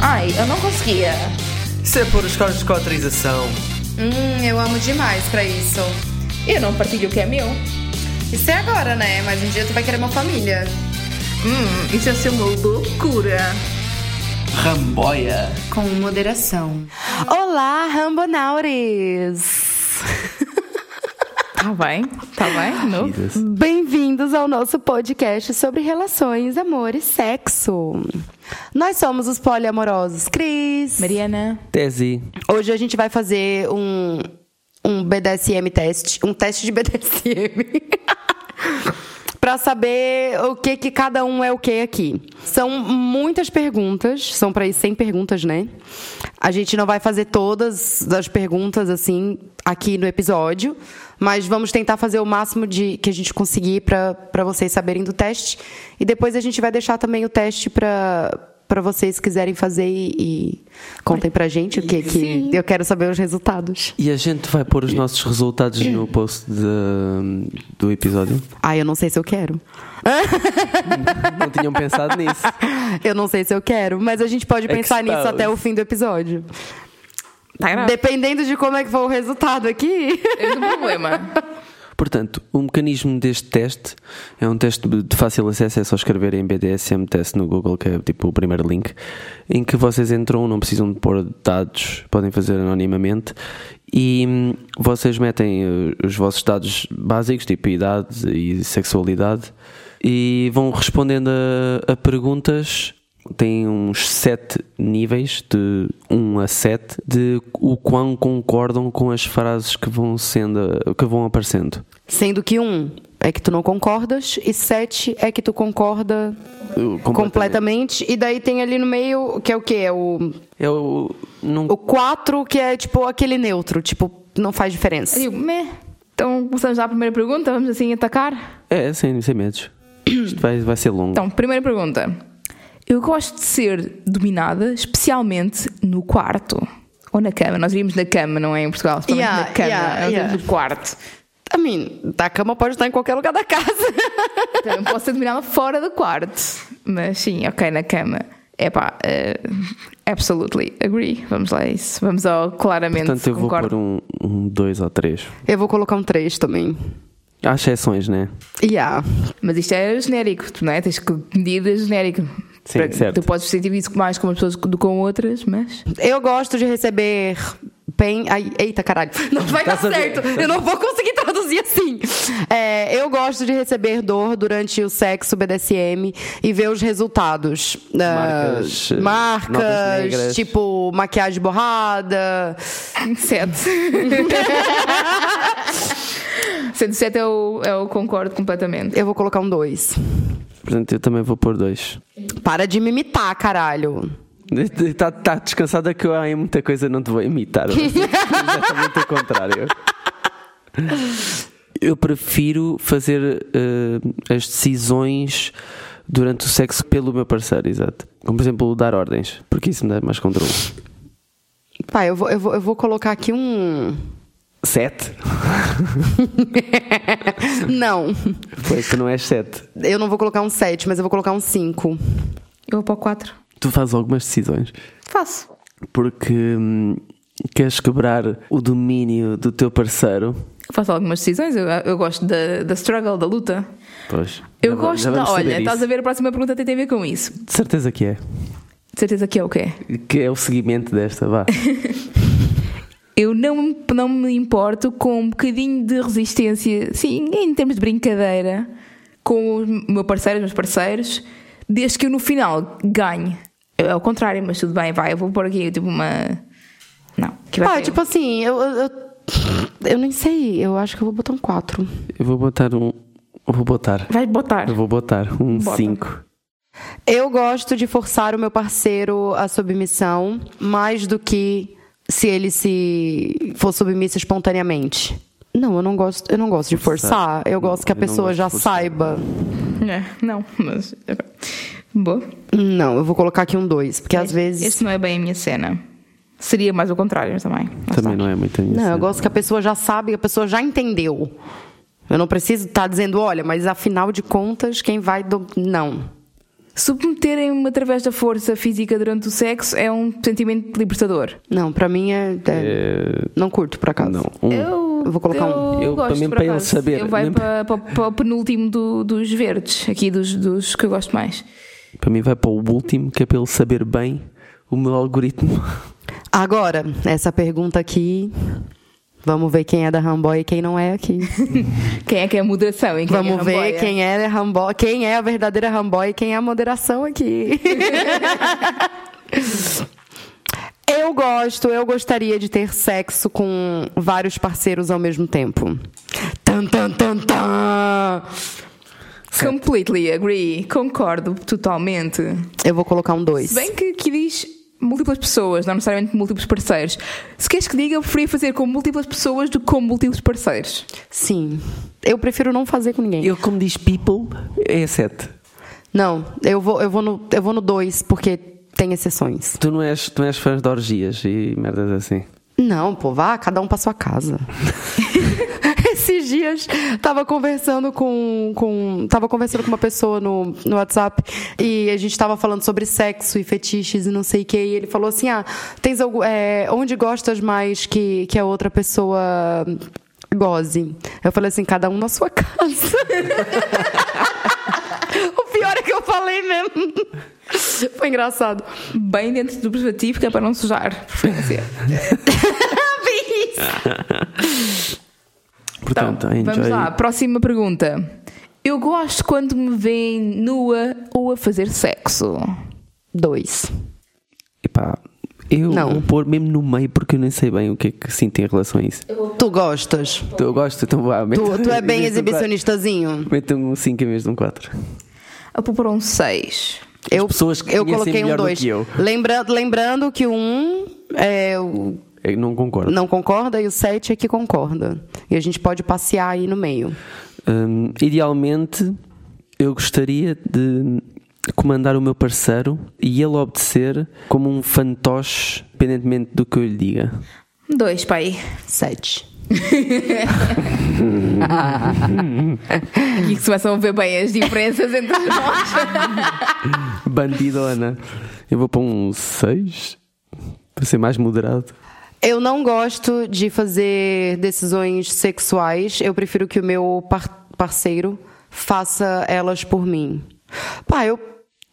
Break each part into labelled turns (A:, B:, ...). A: Ai, eu não conseguia.
B: Isso é por escolas de cotrização.
C: Hum, eu amo demais pra isso.
A: Eu não partilho o que é meu.
C: Isso é agora, né? Mas um dia tu vai querer uma família.
A: Hum, isso ia ser uma loucura.
B: Ramboia.
C: Com moderação.
D: Olá, Rambonaures!
A: Tá bem, tá bem. Não.
D: Bem-vindos ao nosso podcast sobre relações, amor e sexo. Nós somos os poliamorosos Cris.
A: Mariana.
B: Tese.
D: Hoje a gente vai fazer um, um BDSM teste, um teste de BDSM. Pra saber o que que cada um é o que aqui. São muitas perguntas, são para ir 100 perguntas, né? A gente não vai fazer todas as perguntas assim aqui no episódio, mas vamos tentar fazer o máximo de que a gente conseguir pra pra vocês saberem do teste e depois a gente vai deixar também o teste pra para vocês quiserem fazer e, e contem pra gente o que que eu quero saber os resultados.
B: E a gente vai pôr os nossos resultados no post de- do episódio.
D: Ah, eu não sei se eu quero.
B: Não tinham pensado nisso.
D: Eu não sei se eu quero, mas a gente pode pensar
B: Exposed.
D: nisso até o fim do episódio.
A: Tá grave.
D: Dependendo de como é que for o resultado aqui.
A: Esse é o problema.
B: Portanto, o mecanismo deste teste é um teste de de fácil acesso, é só escrever em BDSM test no Google, que é tipo o primeiro link, em que vocês entram, não precisam de pôr dados, podem fazer anonimamente e hum, vocês metem eh, os vossos dados básicos, tipo idade e sexualidade, e vão respondendo a, a perguntas. Tem uns sete níveis, de 1 a 7, de o quão concordam com as frases que vão, sendo, que vão aparecendo.
D: Sendo que um é que tu não concordas e sete é que tu concorda
B: Eu-
D: completamente. E daí tem ali no meio, que é o quê? É o,
B: Eu não.
D: o quatro, que é tipo aquele neutro. Tipo, não faz diferença.
A: Eu digo, meh. Então, começamos já a primeira pergunta, vamos assim atacar?
B: É, sem, sem medos. Isto vai, vai ser longo.
A: Então, primeira pergunta. Eu gosto de ser dominada, especialmente no quarto. Ou na cama. Nós vimos na cama, não é? Em Portugal. Especialmente
D: Yeah,
A: na cama.
D: yeah,
A: nós
D: yeah.
A: vimos no quarto.
D: A mim, a cama pode estar em qualquer lugar da casa.
A: Também posso ser dominada fora do quarto. Mas sim, ok, na cama. Epá, uh, absolutely agree. Vamos lá a isso. Vamos ao claramente
B: Portanto, eu vou
A: concordo.
B: pôr um, um dois ou três.
D: Eu vou colocar um três também.
B: Há exceções, né?
D: Yeah.
B: um.
A: Mas isto é genérico, tu não é? Tens que medir a genérico.
B: Sim,
A: Para-
B: certo.
A: Tu podes sentir isso mais com umas pessoas do que com outras, mas.
D: Eu gosto de receber pen. Ai, eita, caralho. Não vai dar
B: Tá sabe-
D: certo. Eu não vou conseguir traduzir assim. É, eu gosto de receber dor durante o sexo BDSM e ver os resultados. Ah,
B: Marcas, eh, notas
D: marcas
B: negras.
D: tipo maquiagem borrada.
A: Sete. Sendo sete, eu, eu concordo completamente.
D: Eu vou colocar um dois.
B: Portanto, eu também vou pôr dois.
D: Para de me imitar, caralho.
B: Está tá descansada que eu há em muita coisa não te vou imitar. Vai ser Exatamente o contrário. Eu prefiro fazer eh, as decisões durante o sexo pelo meu parceiro, exato. Como por exemplo dar ordens, porque isso me dá mais controle.
D: Pá, eu vou, eu vou, eu vou colocar aqui um.
B: Sete?
D: Não.
B: Pois tu não és sete.
D: Eu não vou colocar um sete, mas eu vou colocar um cinco.
A: Eu vou para o quatro.
B: Tu fazes algumas decisões.
A: Faço.
B: porque hum, queres quebrar o domínio do teu parceiro.
A: Faço algumas decisões, eu, eu gosto da, da struggle, da luta.
B: Pois.
A: Eu
B: já va-
A: gosto
B: já
A: da.
B: vamos saber
A: Olha,
B: isso.
A: estás a ver a próxima pergunta tem a ver com isso.
B: De certeza que é.
A: De certeza que é o quê?
B: Que é o seguimento desta, vá.
A: Eu não, não me importo com um bocadinho de resistência, sim, em termos de brincadeira, com o meu parceiro, os meus parceiros, desde que eu no final ganhe. Eu- É o contrário, mas tudo bem, vai, eu vou pôr aqui tipo uma. Não, que vai
D: Pá,
A: ser-
D: tipo assim, eu, eu, eu- eu nem sei. Eu acho que eu vou botar um 4.
B: Eu vou botar um. eu Vou botar.
A: Vai botar.
B: Eu vou botar um
A: Bota.
B: 5.
D: Eu gosto de forçar o meu parceiro à submissão mais do que se ele se for submisso espontaneamente. Não, eu não gosto, eu não gosto de forçar.
B: Não,
D: Eu gosto que a
B: eu não
D: pessoa
B: gosto
D: já
B: de forçar.
D: saiba.
A: É, não, mas. ok. Boa.
D: Não, eu vou colocar aqui um 2, porque às vezes
A: Este não é bem a minha cena. Seria mais o contrário também. Lá está.
B: Também não é muito a minha
D: Não,
B: cena.
D: eu gosto que a pessoa já sabe, a pessoa já entendeu. tá Eu não preciso estar dizendo, olha, mas afinal de contas, quem vai do... Não.
A: Submeterem-me através da força física durante o sexo é um sentimento libertador.
D: Não, pra mim é. é- Não curto, por acaso.
B: Não. Um.
A: Eu,
D: Vou colocar
A: eu
B: um. Eu,
A: gosto,
B: para mim,
A: por
B: para ele
A: acaso.
B: saber,
A: Eu vai
B: nem-
A: para, para- para o penúltimo do- dos verdes, aqui dos, dos que eu gosto mais.
B: Para mim vai para o último, que é para ele saber bem o meu algoritmo.
D: Agora, essa pergunta aqui. Vamos ver quem é da Ramboy e quem não é aqui.
A: Quem é que é a moderação? Em quem
D: Vamos
A: é
D: ver
A: ramboia?
D: quem é Ramboy, quem é a verdadeira Ramboy e quem é a moderação aqui. eu gosto, eu gostaria de ter sexo com vários parceiros ao mesmo tempo. Tan, tan, tan, tan.
A: Completely agree. Concordo totalmente.
D: Eu vou colocar um dois.
A: Se bem que aqui diz múltiplas pessoas, não necessariamente múltiplos parceiros. Se queres que diga, eu preferia fazer com múltiplas pessoas do que com múltiplos parceiros.
D: Sim. Eu prefiro não fazer com ninguém.
B: Ele, como diz people, é 7.
D: Não, eu vou, eu vou no, eu vou no dois, porque tem exceções.
B: Tu não és, tu não és fã de orgias e merdas assim.
D: Não, pô, vá, cada um pra sua casa. Esses dias tava conversando com, com tava conversando com uma pessoa no, no WhatsApp e a gente tava falando sobre sexo e fetiches e não sei o que e ele falou assim: "Ah, tens algum, é, onde gostas mais que que a outra pessoa goze?". Eu falei assim: "Cada um na sua casa". o pior é que eu falei mesmo. Foi engraçado.
A: Bem dentro do preservativo, que é para não sujar. Preferência.
B: Portanto,
D: Então,
B: I Então, enjoy.
A: Vamos lá, próxima pergunta. Eu gosto quando me veem nua ou a fazer sexo.
D: Dois.
B: Epá, eu
D: Não.
B: vou pôr mesmo no meio porque eu nem sei bem o que é que sinto em relação a isso.
D: Tu gostas?
B: Então, eu gosto, então vá. meto-
D: Tu, tu é bem
B: meto um quatro.
D: exibionistazinho.
B: Meto um 5 em vez de um 4.
A: A pôr para um 6.
D: Eu,
B: pessoas que
D: eu
B: conhecem
D: coloquei um
B: melhor do
D: dois.
B: que eu.
D: Lembra- lembrando que o um é, o-
B: Eu não concordo.
D: não concorda e o sete é que concorda. E a gente pode passear aí no meio.
B: Hum, idealmente, eu gostaria de comandar o meu parceiro e ele obedecer como um fantoche, independentemente do que eu lhe diga.
A: 2, pai.
D: Sete.
A: Aqui que se começam a ver bem as diferenças entre nós.
B: Bandidona. Eu vou para um 6 para ser mais moderado.
D: Eu não gosto de fazer decisões sexuais. Eu prefiro que o meu par- parceiro faça elas por mim. Pá, eu.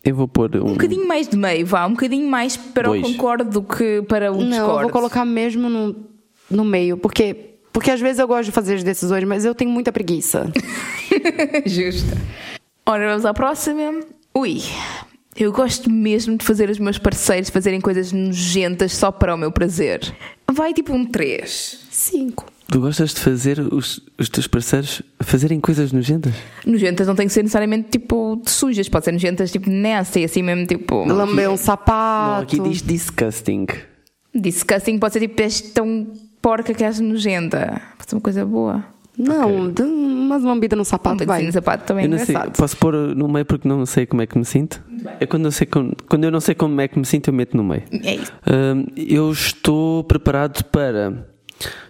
B: Eu vou pôr um.
A: Um bocadinho mais de meio, vá. Um bocadinho mais para
B: Dois.
A: o concordo do que para o
D: Não,
A: discordo.
D: eu vou colocar mesmo no, no meio, porque. Porque às vezes eu gosto de fazer as decisões, mas eu tenho muita preguiça.
A: Justo. Ora, vamos à próxima. Ui, eu gosto mesmo de fazer os meus parceiros fazerem coisas nojentas só para o meu prazer. Vai tipo um 3.
D: Cinco.
B: Tu gostas de fazer os, os teus parceiros fazerem coisas nojentas?
A: Nojentas não tem que ser necessariamente tipo de sujas, pode ser nojentas tipo nasty, assim mesmo tipo.
D: Lamber um
B: Não,
D: sapato.
B: aqui diz disgusting.
A: Disgusting, pode ser tipo és tão porca que és nojenta. Pode ser uma coisa boa.
D: Não, dá umas lambidas no
A: Um
D: sapato,
A: dedinho
D: vai.
A: de sapato também é
B: eu não sei,
A: engraçado.
B: posso pôr no meio porque não sei como é que me sinto? É quando eu, sei como- quando eu não sei como é que me sinto, eu meto no meio.
A: É isso.
B: Hum, eu estou preparado para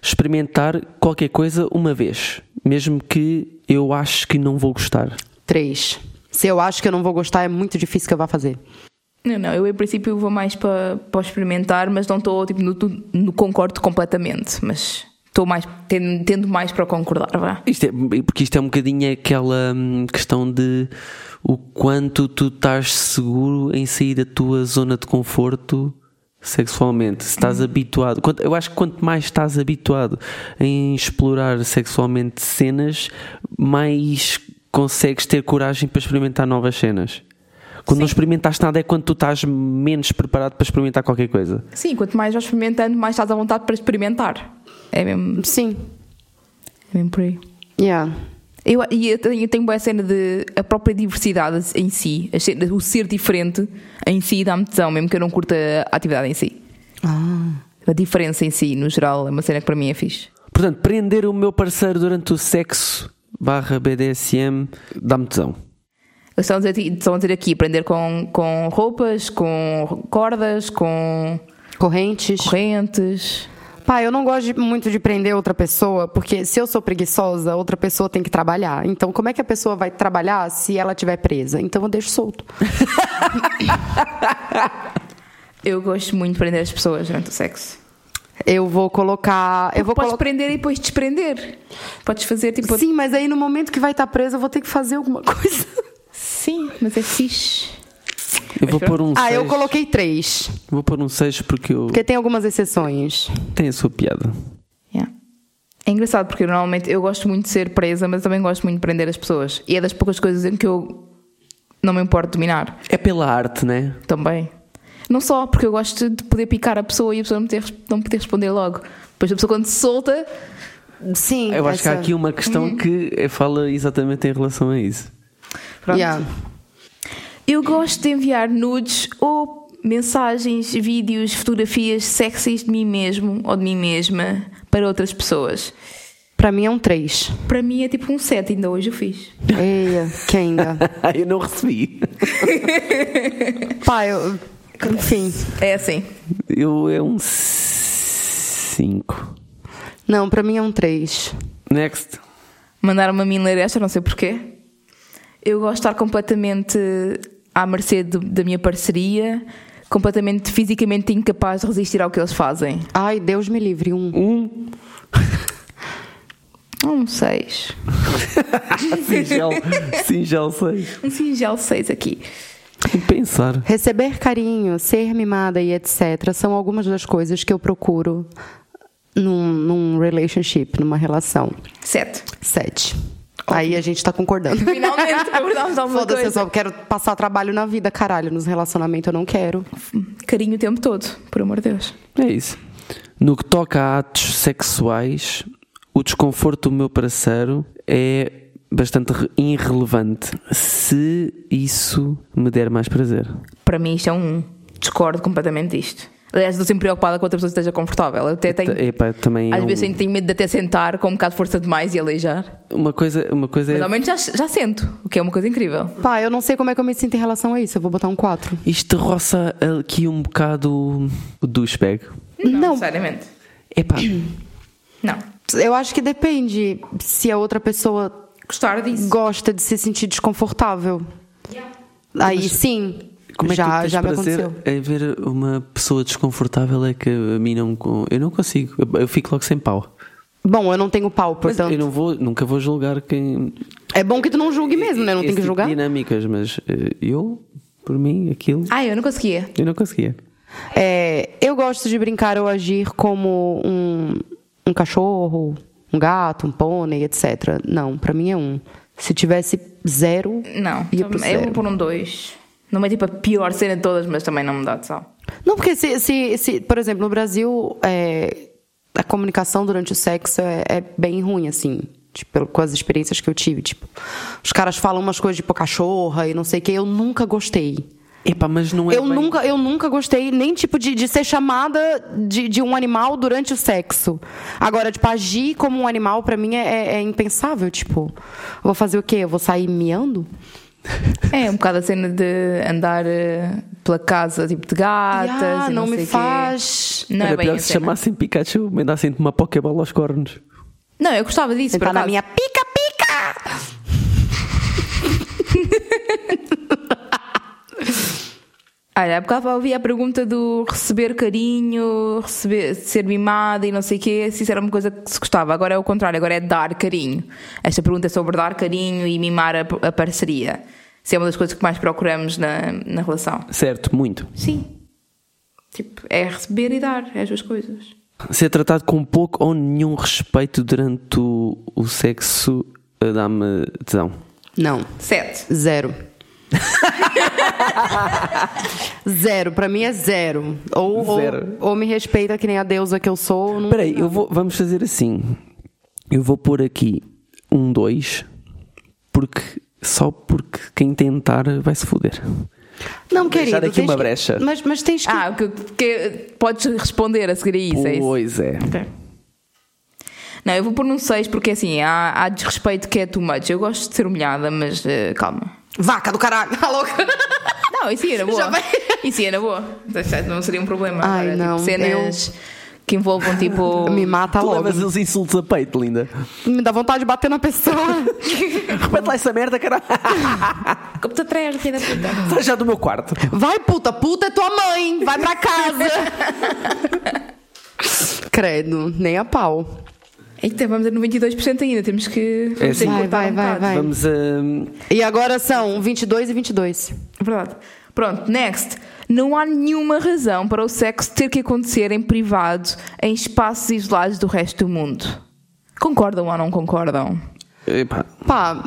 B: experimentar qualquer coisa uma vez, mesmo que eu acho que não vou gostar.
D: Três. Se eu acho que eu não vou gostar, é muito difícil que eu vá fazer.
A: Não, não, eu em princípio vou mais para para experimentar, mas não estou tipo, no, no concordo completamente, mas estou mais tendo, tendo mais para concordar, vá.
B: Isto é- porque isto é um bocadinho aquela hum, questão de o quanto tu estás seguro em sair da tua zona de conforto sexualmente. Se estás habituado, quanto- eu acho que quanto mais estás habituado em explorar sexualmente cenas, mais consegues ter coragem para experimentar novas cenas. Quando não experimentaste nada é quando tu estás menos preparado para experimentar qualquer coisa.
A: Sim, quanto mais vais experimentando, mais estás à vontade para experimentar. É mesmo,
D: Sim.
A: é mesmo por aí.
D: Yeah.
A: Eu, e eu tenho, eu tenho boa cena de a própria diversidade em si, a cena- o ser diferente em si dá-me tesão, mesmo que eu não curta a atividade em si.
D: Ah.
A: A diferença em si, no geral, é uma cena que para mim é fixe.
B: Portanto, prender o meu parceiro durante o sexo barra BDSM dá-me tesão.
A: Eles estão a dizer, estão a dizer aqui, aprender com, com roupas, com cordas, com
D: Correntes.
A: correntes.
D: Pá, eu não gosto de- muito de prender outra pessoa, porque se eu sou preguiçosa, outra pessoa tem que trabalhar. Então, como é que a pessoa vai trabalhar se ela estiver presa? Então, eu deixo solto.
A: Eu gosto muito de prender as pessoas durante o sexo.
D: Eu vou colocar. Eu vou
A: Podes
D: colocar.
A: prender e depois desprender. Podes fazer tipo.
D: Sim, mas aí no momento que vai estar presa, eu vou ter que fazer alguma coisa.
A: Sim, mas é fixe.
B: Eu vou pôr um 6.
D: Ah, eu coloquei três.
B: Vou pôr um 6 porque eu
D: Porque é- tem algumas exceções.
B: tem a sua piada.
A: Yeah. É engraçado porque normalmente eu gosto muito de ser presa, mas também gosto muito de prender as pessoas. E é das poucas coisas em que eu não me importo de dominar
B: É pela arte, né?
A: também. Não só porque eu gosto de poder picar a pessoa e a pessoa não poder, não poder responder logo. Depois a pessoa quando se solta,
D: Sim.
B: Eu acho que há
D: essa- Uhum.
B: aqui uma questão que eh, fala exatamente em relação a isso.
A: pronto.
D: Yeah.
A: Eu gosto de enviar nudes ou mensagens, vídeos, fotografias sexys de mim mesmo ou de mim mesma para outras pessoas.
D: Pra mim é um três.
A: Para mim é tipo um set, ainda hoje eu fiz.
D: Eia, Kenga.
B: eu não recebi.
D: Pá, eu. Enfim.
A: É assim.
B: Eu é um 5.
D: Não, pra mim é um três.
B: Next.
A: Mandaram-me a mim ler esta, não sei porquê. Eu gosto de estar completamente à mercê do- da minha parceria, completamente fisicamente incapaz de resistir ao que eles fazem.
D: Ai, Deus me livre. Um.
B: Um
A: Um 6.
B: singelo, singelo 6.
A: Um singelo 6 aqui.
B: Tem que pensar.
D: Receber carinho, ser mimada e etc. são algumas das coisas que eu procuro num, num relationship, numa relação.
A: 7.
D: Sete. Aí a gente tá concordando.
A: Finalmente abordámos alguma
D: Foda-se, eu
A: coisa.
D: só quero passar trabalho na vida, caralho. Nos relacionamentos eu não quero.
A: Carinho o tempo todo, por amor de Deus.
B: É isso. No que toca a atos sexuais, o desconforto do meu parceiro é bastante re- irrelevante se isso me der mais prazer.
A: Para mim isto é um 1. Discordo completamente disto. Aliás, estou sempre preocupada com outra pessoa esteja confortável. Eu até tenho...
B: Epá, também
A: Às
B: é um-
A: vezes tenho medo de até sentar com um bocado de força demais e aleijar.
B: uma coisa, uma coisa
A: Mas
B: é
A: ao menos já, já sento, o que é uma coisa incrível.
D: Pá, eu não sei como é que eu me sinto em relação a isso. Eu vou botar um quatro.
B: isto roça aqui um bocado É, o douchebag.
A: Não,
D: Não.
A: necessariamente.
B: Epá,
A: Não.
D: Eu acho que depende se a outra pessoa
A: Gostar disso.
D: gosta de se sentir desconfortável. Aí sim.
B: como é que tu
D: já,
B: tens
D: já me
B: prazer
D: aconteceu.
B: em ver uma pessoa desconfortável é que a mim não me con- eu não consigo, eu fico logo sem pau.
D: Bom, eu não tenho pau,
B: Mas
D: portanto.
B: eu não vou, nunca vou julgar quem
D: É bom que tu não julgue mesmo, né? Não tem
B: esse
D: que
B: tipo
D: julgar.
B: de dinâmicas, mas eh, eu, por mim, aquilo,
A: Ah, eu não conseguia.
B: eu não conseguia.
D: É, eu gosto de brincar ou agir como um, um cachorro, um gato, um pônei, etc. Não, pra mim é um. Se tivesse zero,
A: Não.
D: ia pro
A: eu vou
D: zero.
A: pôr um 2. Não é tipo a pior cena de todas, mas também não me dá de sal.
D: Não, porque se, se, se, por exemplo, no Brasil, é, a comunicação durante o sexo é, é bem ruim, assim. Tipo, pelo- com as experiências que eu tive. Tipo, os caras falam umas coisas tipo cachorra e não sei o que. Eu nunca gostei.
B: Epá, mas não é
D: eu,
B: bem-
D: nunca, eu nunca gostei nem tipo de, de ser chamada de, de um animal durante o sexo. Agora, tipo, agir como um animal pra mim é, é- é impensável. Tipo, eu vou fazer o quê? Eu vou sair miando?
A: É um bocado a cena de andar eh, pela casa tipo de gatas.
D: Ah,
A: e
D: não,
A: não,
D: me
A: sei quê.
D: faz.
A: Não
B: Era
A: é bem
B: pior
A: a
B: que se
A: cena.
B: chamassem Pikachu, mandassem-te uma Pokébola aos cornos.
A: Não, eu gostava disso. por
D: Sentar na
A: acaso.
D: minha pica-pica!
A: Olha, há bocado ouvi a pergunta do receber carinho, receber, ser mimada e não sei o quê, se isso era uma coisa que se gostava. Agora é o contrário, agora é dar carinho. Esta pergunta é sobre dar carinho e mimar a, a parceria. Se é uma das coisas que mais procuramos na, na relação.
B: Certo, muito.
A: Sim. Tipo, é receber e dar, é as duas coisas.
B: Ser tratado com pouco ou nenhum respeito durante o, o sexo eh, dá-me tesão.
D: Não,
A: Sete.
D: zero. zero, pra mim é zero. Ou, ou-
B: Zero.
D: ou me respeita que nem a deusa que eu sou. ou Hum, não-
B: Espera aí, eu vou, vamos fazer assim. Eu vou pôr aqui um 2, porque só porque quem tentar vai se foder.
D: Não,
B: deixar
D: querido.
B: aqui
D: tens
B: uma
D: que-
B: brecha.
D: Mas, mas tens que.
A: Ah, o que, que podes responder a seguir a isso, é isso?
B: pois é.
A: Ok. Não, eu vou pôr num 6 porque assim, há, há desrespeito que é too much. Eu gosto de ser humilhada, mas eh, calma.
D: Vaca do caralho, tá louca?
A: Não, isso aí era boa.
D: Já vai.
A: Isso aí era boa. Não seria um problema.
D: Ai,
A: Agora, tipo,
D: não,
A: cenas que envolvam tipo.
D: Me
B: tu
D: mata Ah, tá logo.
B: levas os insultos a peito, linda.
D: Me dá vontade de bater na pessoa.
B: Repete lá essa merda, caralho.
A: Como te atrai a da puta?
B: Sai já do meu quarto.
D: Vai, puta, puta é tua mãe. Vai pra casa. Credo, nem a pau.
A: Eita, vamos a 92% ainda, temos que. um
B: É assim.
A: Vai,
D: Vai, vai, vai, vai.
B: Vamos hum, a.
D: E agora são 22 e 22.
A: Verdade. Pronto, next. Não há nenhuma razão para o sexo ter que acontecer em privado, em espaços isolados do resto do mundo. Concordam ou não concordam?
B: Epá,
D: Pá,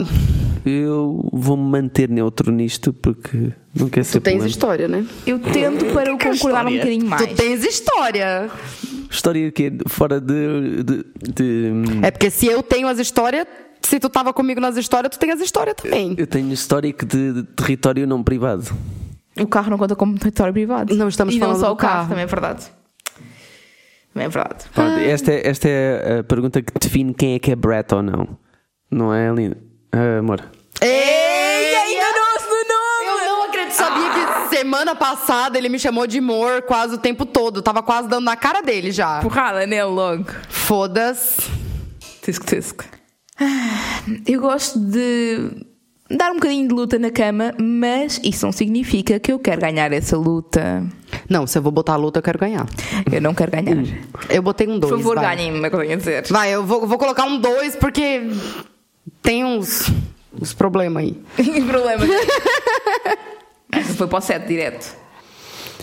B: eu vou-me manter neutro nisto porque não quero ser
D: tu tens
B: polêmico.
D: história, né?
A: Eu tento para o concordar um bocadinho mais.
D: Tu tens história.
B: História que é fora de. de, de-
A: Hum.
D: É porque se eu tenho as histórias, se tu tava comigo nas histórias, tu tem as histórias também.
B: Eu tenho histórico de, de território não privado.
A: O carro não conta como território privado.
D: Não estamos
A: e
D: falando
A: não só
D: do
A: o carro,
D: carro.
A: também é verdade. Também é verdade.
B: Pá,
D: Ah.
B: Esta, é, esta é a pergunta que define quem é que é Brett ou não. Não é, linda? Ah, amor.
A: É.
D: Ei,
A: enganou-se no
D: Eu não acredito. Sabia que semana passada ele me chamou de amor quase o tempo todo. Tava quase dando na cara dele já.
A: Porrada nele logo.
D: Foda-se.
A: Tisco, tisco. Ah, Eu gosto de dar um bocadinho de luta na cama, mas isso não significa que eu quero ganhar essa luta.
D: Não, se eu vou botar a luta, eu quero ganhar.
A: Eu não quero ganhar.
D: Eu botei um
A: Por
D: 2.
A: favor,
D: vai.
A: ganhem-me, é o que eu tenho a dizer.
D: Vai, eu vou, vou colocar um 2 porque tem uns, uns problemas aí.
A: Não problema. Essa foi para o set direto.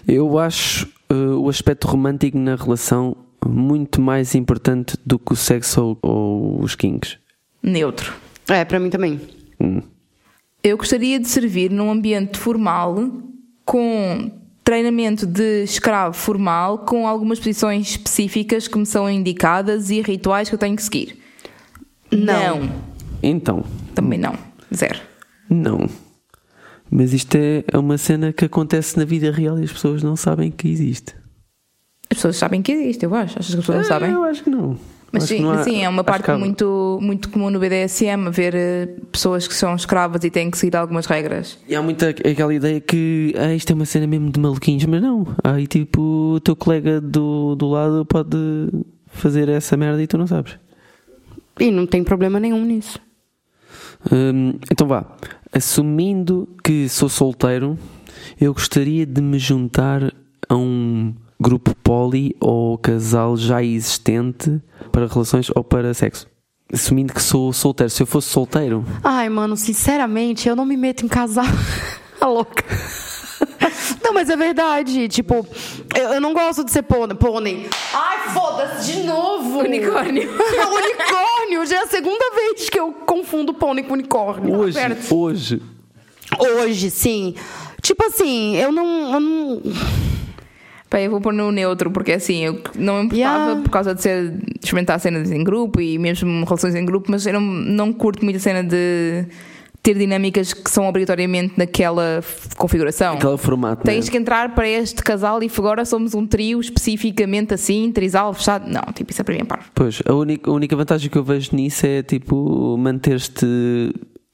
B: Eu acho eh, o aspecto romântico na relação muito mais importante do que o sexo ou, ou os kinks.
A: Neutro.
D: É, pra mim também.
B: Hum.
A: Eu gostaria de servir num ambiente formal com treinamento de escravo formal com algumas posições específicas que me são indicadas e rituais que eu tenho que seguir.
D: Não.
B: Então,
A: Também não. Zero.
B: não. Mas isto é é uma cena que acontece na vida real e as pessoas não sabem que existe.
A: As pessoas sabem que existe, eu acho. Acho que as pessoas não sabem.
B: Ah, Eu acho que não.
A: Mas
B: Acho que
A: sim,
B: não há-
A: sim, é uma
B: acho
A: parte
B: que há-
A: muito, muito comum no BDSM haver eh, pessoas que são escravas e têm que seguir algumas regras.
B: E há muita aquela ideia que ah, isto é uma cena mesmo de maluquinhos, mas não. Aí tipo, o teu colega do, do lado pode fazer essa merda e tu não sabes.
D: E não tem problema nenhum nisso.
B: Hum, então vá. Assumindo que sou solteiro, eu gostaria de me juntar a um grupo poli ou casal já existente para relações ou para sexo. Assumindo que sou solteiro. Se eu fosse solteiro,
D: Ai, mano, sinceramente, eu não me meto em casal. A louca. Não, mas é verdade. Tipo, eu, eu não gosto de ser pône- pônei. Ai, foda-se, de novo. É
A: Unicórnio.
D: unicórnio. Já é a segunda vez que eu confundo pônei com unicórnio.
B: hoje, hoje,
D: Hoje, sim. Tipo assim, eu não. Eu não...
A: Pá, eu vou pôr no neutro, porque assim, eu não me importava
D: Yeah.
A: por causa de ser de experimentar cenas em grupo e mesmo relações em grupo, mas eu não, não curto muito a cena de ter dinâmicas que são obrigatoriamente naquela f- configuração.
B: aquele formato. né?
A: Tens que entrar para este casal e agora somos um trio especificamente assim, trisal, fechado. Não, tipo, isso é para mim, pá.
B: Pois, a única, a única vantagem que eu vejo nisso é tipo manter-te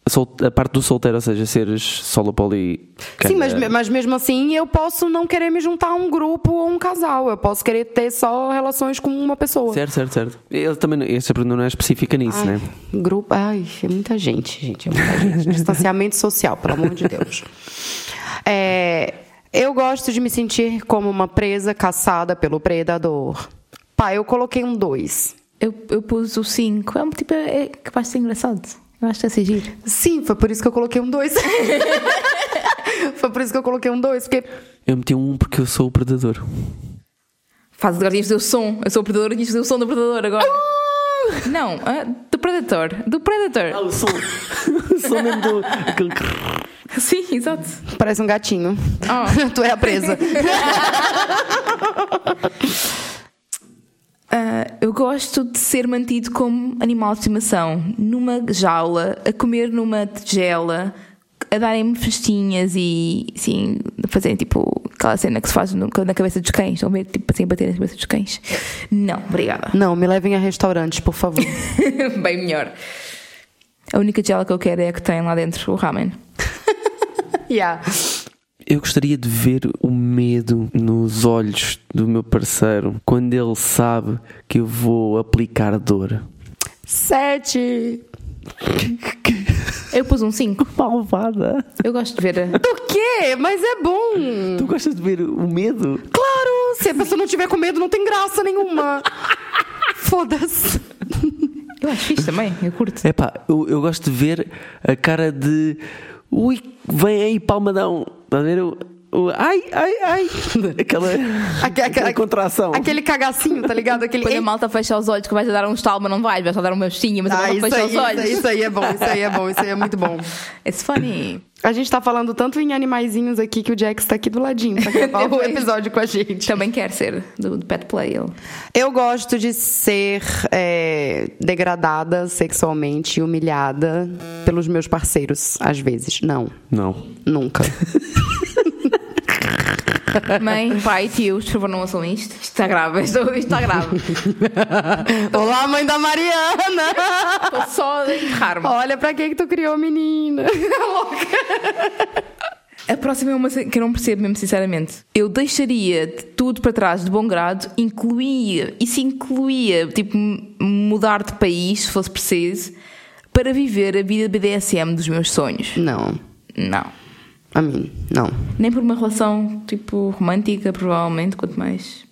B: sol- a parte do solteiro, ou seja, seres solo poli.
D: Sim, mas,
B: cara.
D: mas mesmo assim eu posso não querer me juntar a um grupo ou um casal. Eu posso querer ter só relações com uma pessoa.
B: Certo, certo, certo. Ele também, não- esta pergunta não é específica nisso,
D: Ai,
B: né?
D: Grupo. Ai, é muita gente, gente. É muita gente. Distanciamento social, pelo amor de Deus. É, eu gosto de me sentir como uma presa caçada pelo predador. Pá, eu coloquei um dois.
A: Eu, eu pus o 5. É um tipo, é capaz de ser engraçado. Eu acho que é ser giro.
D: Sim, foi por isso que eu coloquei um dois. foi por isso que eu coloquei um dois, porque.
B: Eu meti um porque eu sou o predador.
A: Faz agora, tinhas de fazer o som. Eu sou o predador, tinhas de fazer o som do predador agora. Não, ah, do predator. Do predator.
B: o som.
D: um.
B: o som mesmo do. aquele crrr.
A: Sim, exato.
D: Parece um gatinho.
A: Oh.
D: tu é a presa.
A: Ah, eu gosto de ser mantido como animal de estimação, numa jaula, a comer numa tigela, a darem-me festinhas e assim, a fazerem tipo aquela cena que se faz no- na cabeça dos cães, ou ver tipo assim, bater na cabeça dos cães. Não, obrigada.
D: Não, me levem a restaurantes, por favor.
A: Bem melhor. A única tigela que eu quero é a que tem lá dentro o ramen.
D: yeah.
B: Eu gostaria de ver o medo nos olhos do meu parceiro quando ele sabe que eu vou aplicar dor.
D: Sete.
A: Eu pus um 5.
B: Malvada!
A: Eu gosto de ver. a-
D: Do quê? Mas é bom.
B: Hum. Tu gostas de ver o medo?
D: Claro, se a pessoa não tiver com medo, não tem graça nenhuma. Foda-se.
A: Eu acho fixe também, eu curto.
B: É pá, eu, eu gosto de ver a cara de. Ui, vem aí, palmadão! Estás a ver? O, o- ai, ai, ai! Aquela,
D: Aque- aque-
B: aquela contração.
D: Aquele cagacinho, tá ligado? Aquele.
A: Quando a malta fecha os olhos que vais a dar um estalo, mas não vais, vais só dar uma bestinha, mas
D: Ah,
A: a malta
D: isso, aí,
A: fecha os
D: isso,
A: olhos.
D: aí, isso aí é bom, isso aí é bom, isso aí é muito bom.
A: It's funny.
D: A gente tá falando tanto em animaizinhos aqui que o Jax tá aqui do ladinho pra gravar o
A: Oi.
D: episódio com a gente.
A: Também quer ser do, do pet play. Ele.
D: Eu gosto de ser é, degradada sexualmente e humilhada pelos meus parceiros, às vezes. Não,
B: Não.
D: nunca.
A: Mãe, pai, tios, por favor, não ouçam isto. Isto está grave, isto, isto está grave.
D: Olá, mãe da Mariana!
A: Estou só a enterrar-me.
D: Olha pra quem que tu criou, menina.
A: A próxima é uma ce- que eu não percebo mesmo, sinceramente. Eu deixaria de tudo para trás de bom grado, incluía, isso incluía, tipo, m- mudar de país, se fosse preciso, para viver a vida BDSM dos meus sonhos.
D: Não,
A: Não.
D: a mim, não.
A: Nem por uma relação, tipo, romântica, provavelmente, quanto mais.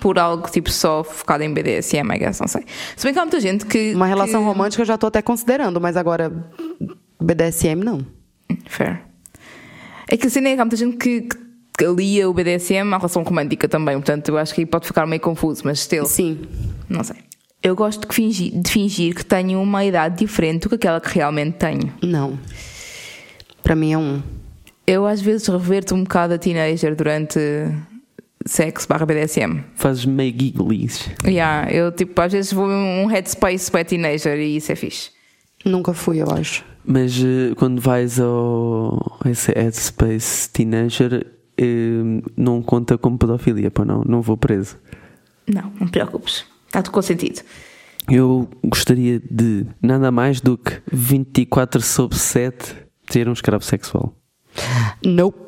A: Por algo, tipo, só focado em BDSM, I guess, é não sei. Se bem que há muita gente que.
D: Uma relação
A: que-
D: romântica eu já tô até considerando, mas agora BDSM não.
A: Fair. É que assim, né, há muita gente que, que, que lia o BDSM à relação romântica também, portanto, eu acho que aí pode ficar meio confuso, mas still.
D: Sim.
A: Não sei. Eu gosto de fingir, de fingir que tenho uma idade diferente do que aquela que realmente tenho.
D: Não. Pra mim é um.
A: Eu às vezes reverto um bocado a teenager durante sexo barra BDSM.
B: Fazes meio giggles.
A: Yeah, eu tipo, às vezes vou um headspace para teenager e isso é fixe.
D: Nunca fui, eu acho.
B: Mas eh, quando vais ao a esse Headspace Teenager, eh, não conta como pedofilia, pá, não, não vou preso.
A: Não, não te preocupes. Está tudo consentido.
B: Eu gostaria de nada mais do que 24 sobre 7 ter um escravo sexual.
D: Nope.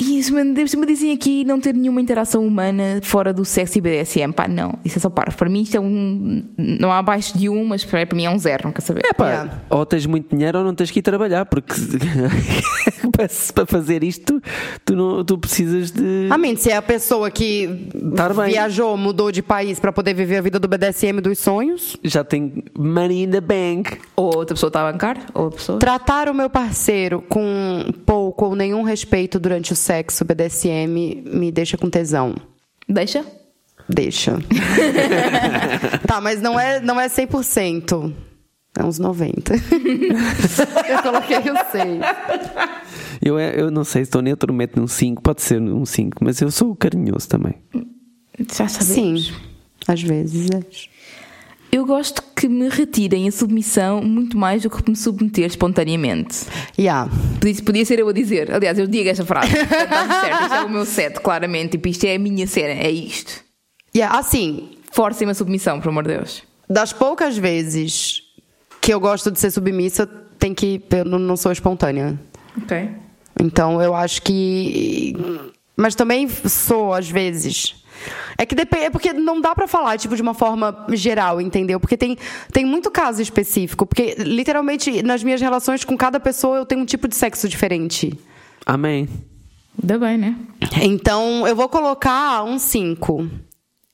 A: Isso, mano, deve me dizem aqui não ter nenhuma interação humana fora do sexo e BDSM. Pá, não, isso é só par. Para mim isto é um. Não há abaixo de um, mas para para mim é um zero, não quer saber.
B: É pá,
D: Yeah.
B: ou tens muito dinheiro ou não tens que ir trabalhar, porque para- para fazer isto tu, não, tu precisas de.
D: Amém, se é a pessoa que
B: Tá bem.
D: viajou, mudou de país pra poder viver a vida do BDSM dos sonhos,
B: Já tem money in the bank.
A: Ou outra pessoa está a bancar, ou a pessoa.
D: tratar o meu parceiro com pouco ou nenhum respeito durante o sexo BDSM me deixa com tesão.
A: Deixa?
D: Deixa. tá, mas não é, não é 100%. É uns 90. eu coloquei o 100.
B: Eu, é- eu não sei, estou neutro, meto um 5, pode ser um 5, mas eu sou carinhoso também.
A: Já sabemos.
D: Sim, às vezes é.
A: Eu gosto que me retirem a submissão muito mais do que me submeter espontaneamente.
D: Yeah.
A: Podia, podia ser eu a dizer. Aliás, eu digo esta frase. Portanto, está certo. Isto é o meu set, claramente. Tipo, isto é a minha cena. É isto.
D: Yeah, assim,
A: Forcem-me a submissão, por amor de Deus.
D: das poucas vezes que eu gosto de ser submissa, tem que. Eu não- não sou espontânea.
A: Ok.
D: Então eu acho que. Mas também sou, às vezes. É que depende. É porque não dá pra falar, tipo, de uma forma geral, entendeu? Porque tem, tem muito caso específico. Porque, literalmente, nas minhas relações com cada pessoa, eu tenho um tipo de sexo diferente.
B: Amém.
A: Ainda bem, né?
D: Então, eu vou colocar um 5.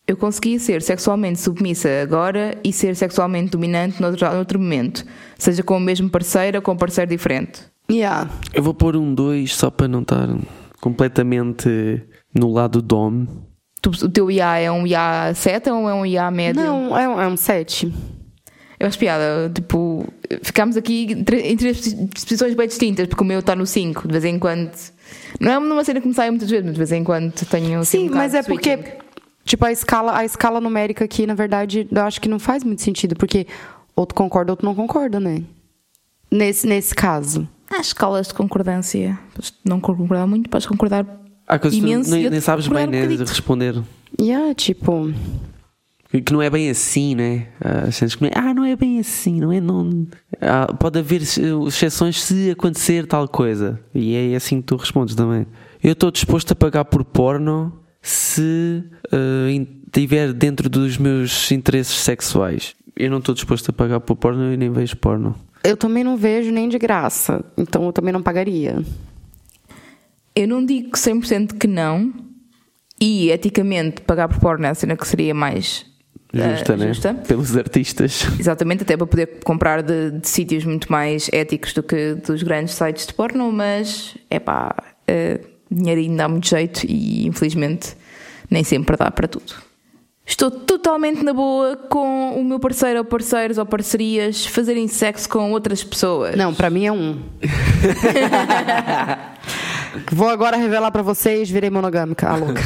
A: Eu consegui ser sexualmente submissa agora e ser sexualmente dominante noutro, noutro momento. Seja com o mesmo parceiro ou com um parceiro diferente.
D: Yeah.
B: Eu vou pôr um 2 só para não estar completamente no lado dom.
A: Tu- o teu IA é um IA seta ou é um IA médio?
D: Não, é um, é um 7.
A: Eu acho piada, É tipo, ficámos aqui tre- em três posi- posições bem distintas, porque o meu está no 5, de vez em quando. Não é uma cena que me sai muitas vezes, mas de vez em quando tenho. assim, um
D: Sim,
A: bocado
D: mas é
A: de
D: porque.
A: switching.
D: Tipo, a escala, a escala numérica aqui, na verdade, eu acho que não faz muito sentido, porque outro concorda, outro não concorda, né? Nesse, nesse caso.
A: Há escalas de concordância. Podes não concordar muito, podes concordar.
B: Há coisas que
A: Imenso,
B: tu nem,
A: eu
B: nem sabes bem
A: discordar um
B: né, de
A: bocadito.
B: responder.
D: E é, tipo.
B: Que que não é bem assim, né? Ah, sentes que não é, ah, não é bem assim, não é? Não, Ah, pode haver ex- exceções se acontecer tal coisa. E é assim que tu respondes também. eu estou disposto a pagar por porno se ah, in- tiver dentro dos meus interesses sexuais. Eu não estou disposto a pagar por porno e nem vejo porno.
D: Eu também não vejo nem de graça, então eu também não pagaria.
A: Eu não digo 100% que não. E eticamente, pagar por porno é a cena que seria mais ah,
B: Justa, né?
A: justa.
B: Pelos artistas.
A: Exatamente, até para poder comprar de, de sítios muito mais éticos do que dos grandes sites de porno, mas é pá, uh, dinheirinho dá muito jeito e infelizmente nem sempre dá para tudo. Estou totalmente na boa com o meu parceiro ou parceiros ou parcerias fazerem sexo com outras pessoas.
D: Não, pra mim é um. Vou agora revelar pra vocês, virei monogâmica, a louca.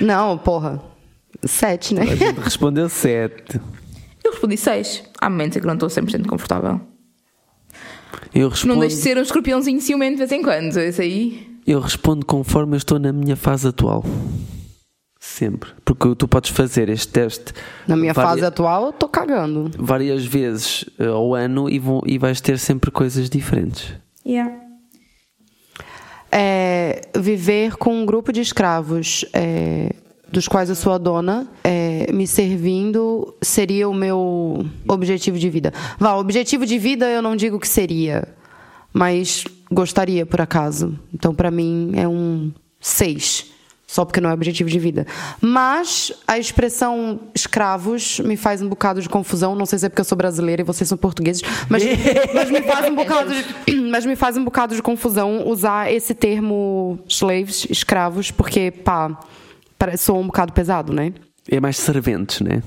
D: não, porra. Sete, né?
B: A gente respondeu 7.
A: Eu respondi seis. Há momentos em que não estou 100% confortável.
B: Eu
A: Não
B: respondo,
A: deixe de ser um escorpiãozinho ciumento de vez em quando, isso aí.
B: eu respondo conforme eu estou na minha fase atual. Sempre. Porque tu podes fazer este teste
D: Na minha
B: várias-
D: fase atual, eu tô cagando.
B: várias vezes eh, ao ano e, vão- e vais ter sempre coisas diferentes.
D: É, viver com um grupo de escravos, é, dos quais eu sou a dona, é, me servindo seria o meu objetivo de vida. Vá, objetivo de vida eu não digo que seria, mas gostaria por acaso. Então, pra mim, é um seis. Só porque não é objetivo de vida. Mas a expressão escravos me faz um bocado de confusão. Não sei se é porque eu sou brasileira e vocês são portugueses, mas, mas me faz um bocado de, mas me faz um bocado de confusão usar esse termo slaves, escravos, porque pá, pare- soa um bocado pesado, né?
B: É mais serventes, né?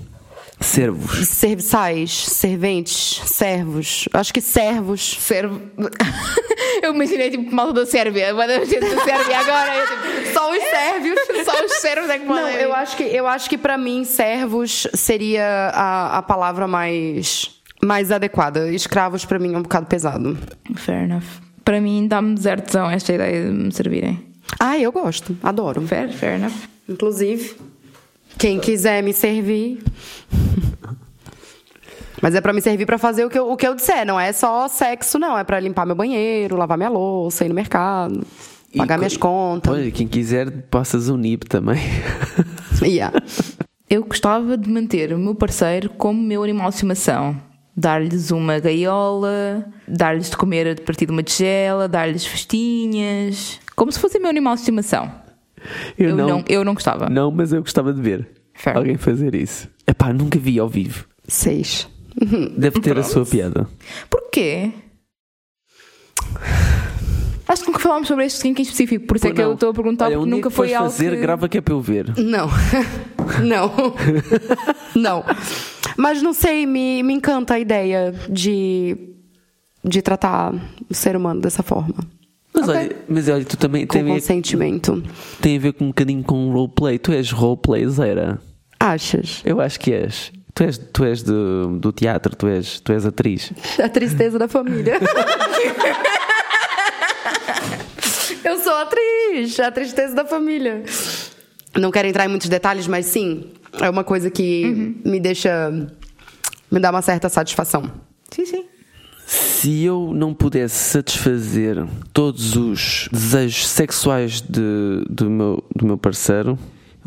B: Servos.
D: Serviçais, serventes, servos. Acho que servos.
A: Serve. Eu imaginei tipo malta da Sérvia, mas a gente da Sérvia agora. eu, tipo, só os sérvios, só os sérvios é que
D: Não,
A: mandam.
D: eu acho que eu acho que para mim servos seria a, a palavra mais mais adequada. Escravos pra mim é um bocado pesado.
A: Fair enough. Para mim dá-me desertão esta ideia de me servirem.
D: Ah, eu gosto, adoro.
A: Fair, fair enough.
D: Inclusive, quem quiser me servir. Mas é pra me servir pra fazer o que, eu, o que eu disser, não é só sexo, não. É pra limpar meu banheiro, lavar minha louça, ir no mercado,
B: E
D: pagar
B: co-
D: minhas
A: Então.
D: contas.
B: Olha, quem quiser, passas um NIP também.
D: Yeah.
A: Eu gostava de manter o meu parceiro como meu animal de estimação. Dar-lhes uma gaiola, dar-lhes de comer a partir de uma tigela, dar-lhes festinhas. Como se fosse meu animal de estimação. Eu, não, eu não gostava.
B: Não, mas eu gostava de ver
A: Fair.
B: alguém fazer isso. Epá, nunca vi ao vivo.
D: Seis.
B: Deve ter a sua piada.
A: Porquê? Acho que nunca falámos sobre este link em específico, por isso é que eu estou a perguntar
B: Olha, um
A: porque
B: dia
A: nunca
B: que
A: foi
B: fores
A: algo.
B: fazer,
A: que-
B: grava que é para eu ver.
D: Não. não. não. Mas não sei, me, me encanta a ideia de, de tratar o ser humano dessa forma.
B: Mas, olha, mas olha, tu também
D: Com
B: tem, a ver-
D: consentimento.
B: tem a ver com um bocadinho com roleplay. Tu és roleplayzera.
D: Achas?
B: Eu acho que és. Tu és, tu és do, do teatro, tu és, tu és atriz.
D: A tristeza da família. Eu sou atriz, a tristeza da família. Não quero entrar em muitos detalhes, mas sim, é uma coisa que me deixa. me dá uma certa satisfação.
A: Sim, sim.
B: Se eu não pudesse satisfazer todos os desejos sexuais de, do, meu, do meu parceiro,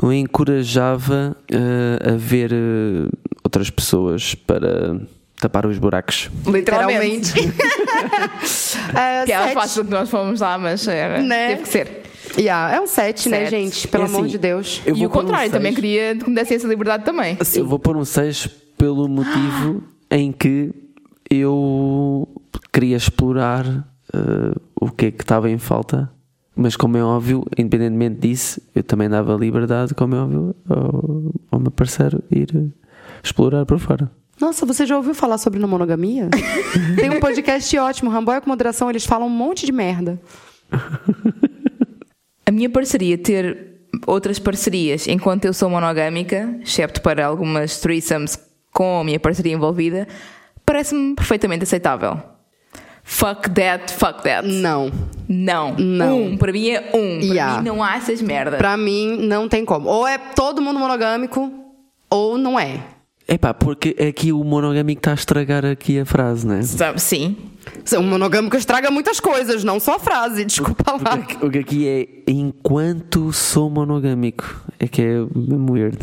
B: eu encorajava eh, a ver eh, outras pessoas para tapar os buracos.
A: Literalmente.
D: É,
A: Que é
D: sete.
A: fácil que nós fomos lá, mas era,
D: Né?
A: teve que ser.
D: Yeah, é um sete, né,
A: Sete.
D: gente? Pelo
B: É
D: amor
B: assim,
D: de Deus.
B: eu
A: e
B: vou
A: o
B: pôr um
A: contrário,
B: seis.
A: também queria que me dessem essa liberdade também.
B: Eu vou pôr um 6 pelo motivo em que eu queria explorar eh, o que é que estava em falta, mas como é óbvio, independentemente disso, eu também dava liberdade, como é óbvio, ao, ao meu parceiro ir eh, explorar por fora.
D: Nossa, você já ouviu falar sobre não monogamia? Tem um podcast ótimo, Ramboia com Moderação, eles falam um monte de merda.
A: A minha parceria ter outras parcerias enquanto eu sou monogâmica, excepto para algumas threesomes com a minha parceria envolvida, parece-me perfeitamente aceitável. Fuck that, fuck that.
D: Não.
A: Não.
D: Não.
A: Um, para mim é um. Para
D: Yeah.
A: mim não há essas merdas.
D: Pra mim, não tem como. Ou é todo mundo monogâmico, ou não é.
B: Epá, porque aqui o monogâmico está a estragar aqui a frase, né?
A: Sabe, Sim.
D: Um monogâmico estraga muitas coisas, não só a frase, desculpa lá.
B: O que aqui é enquanto sou monogâmico. É que é mesmo weird.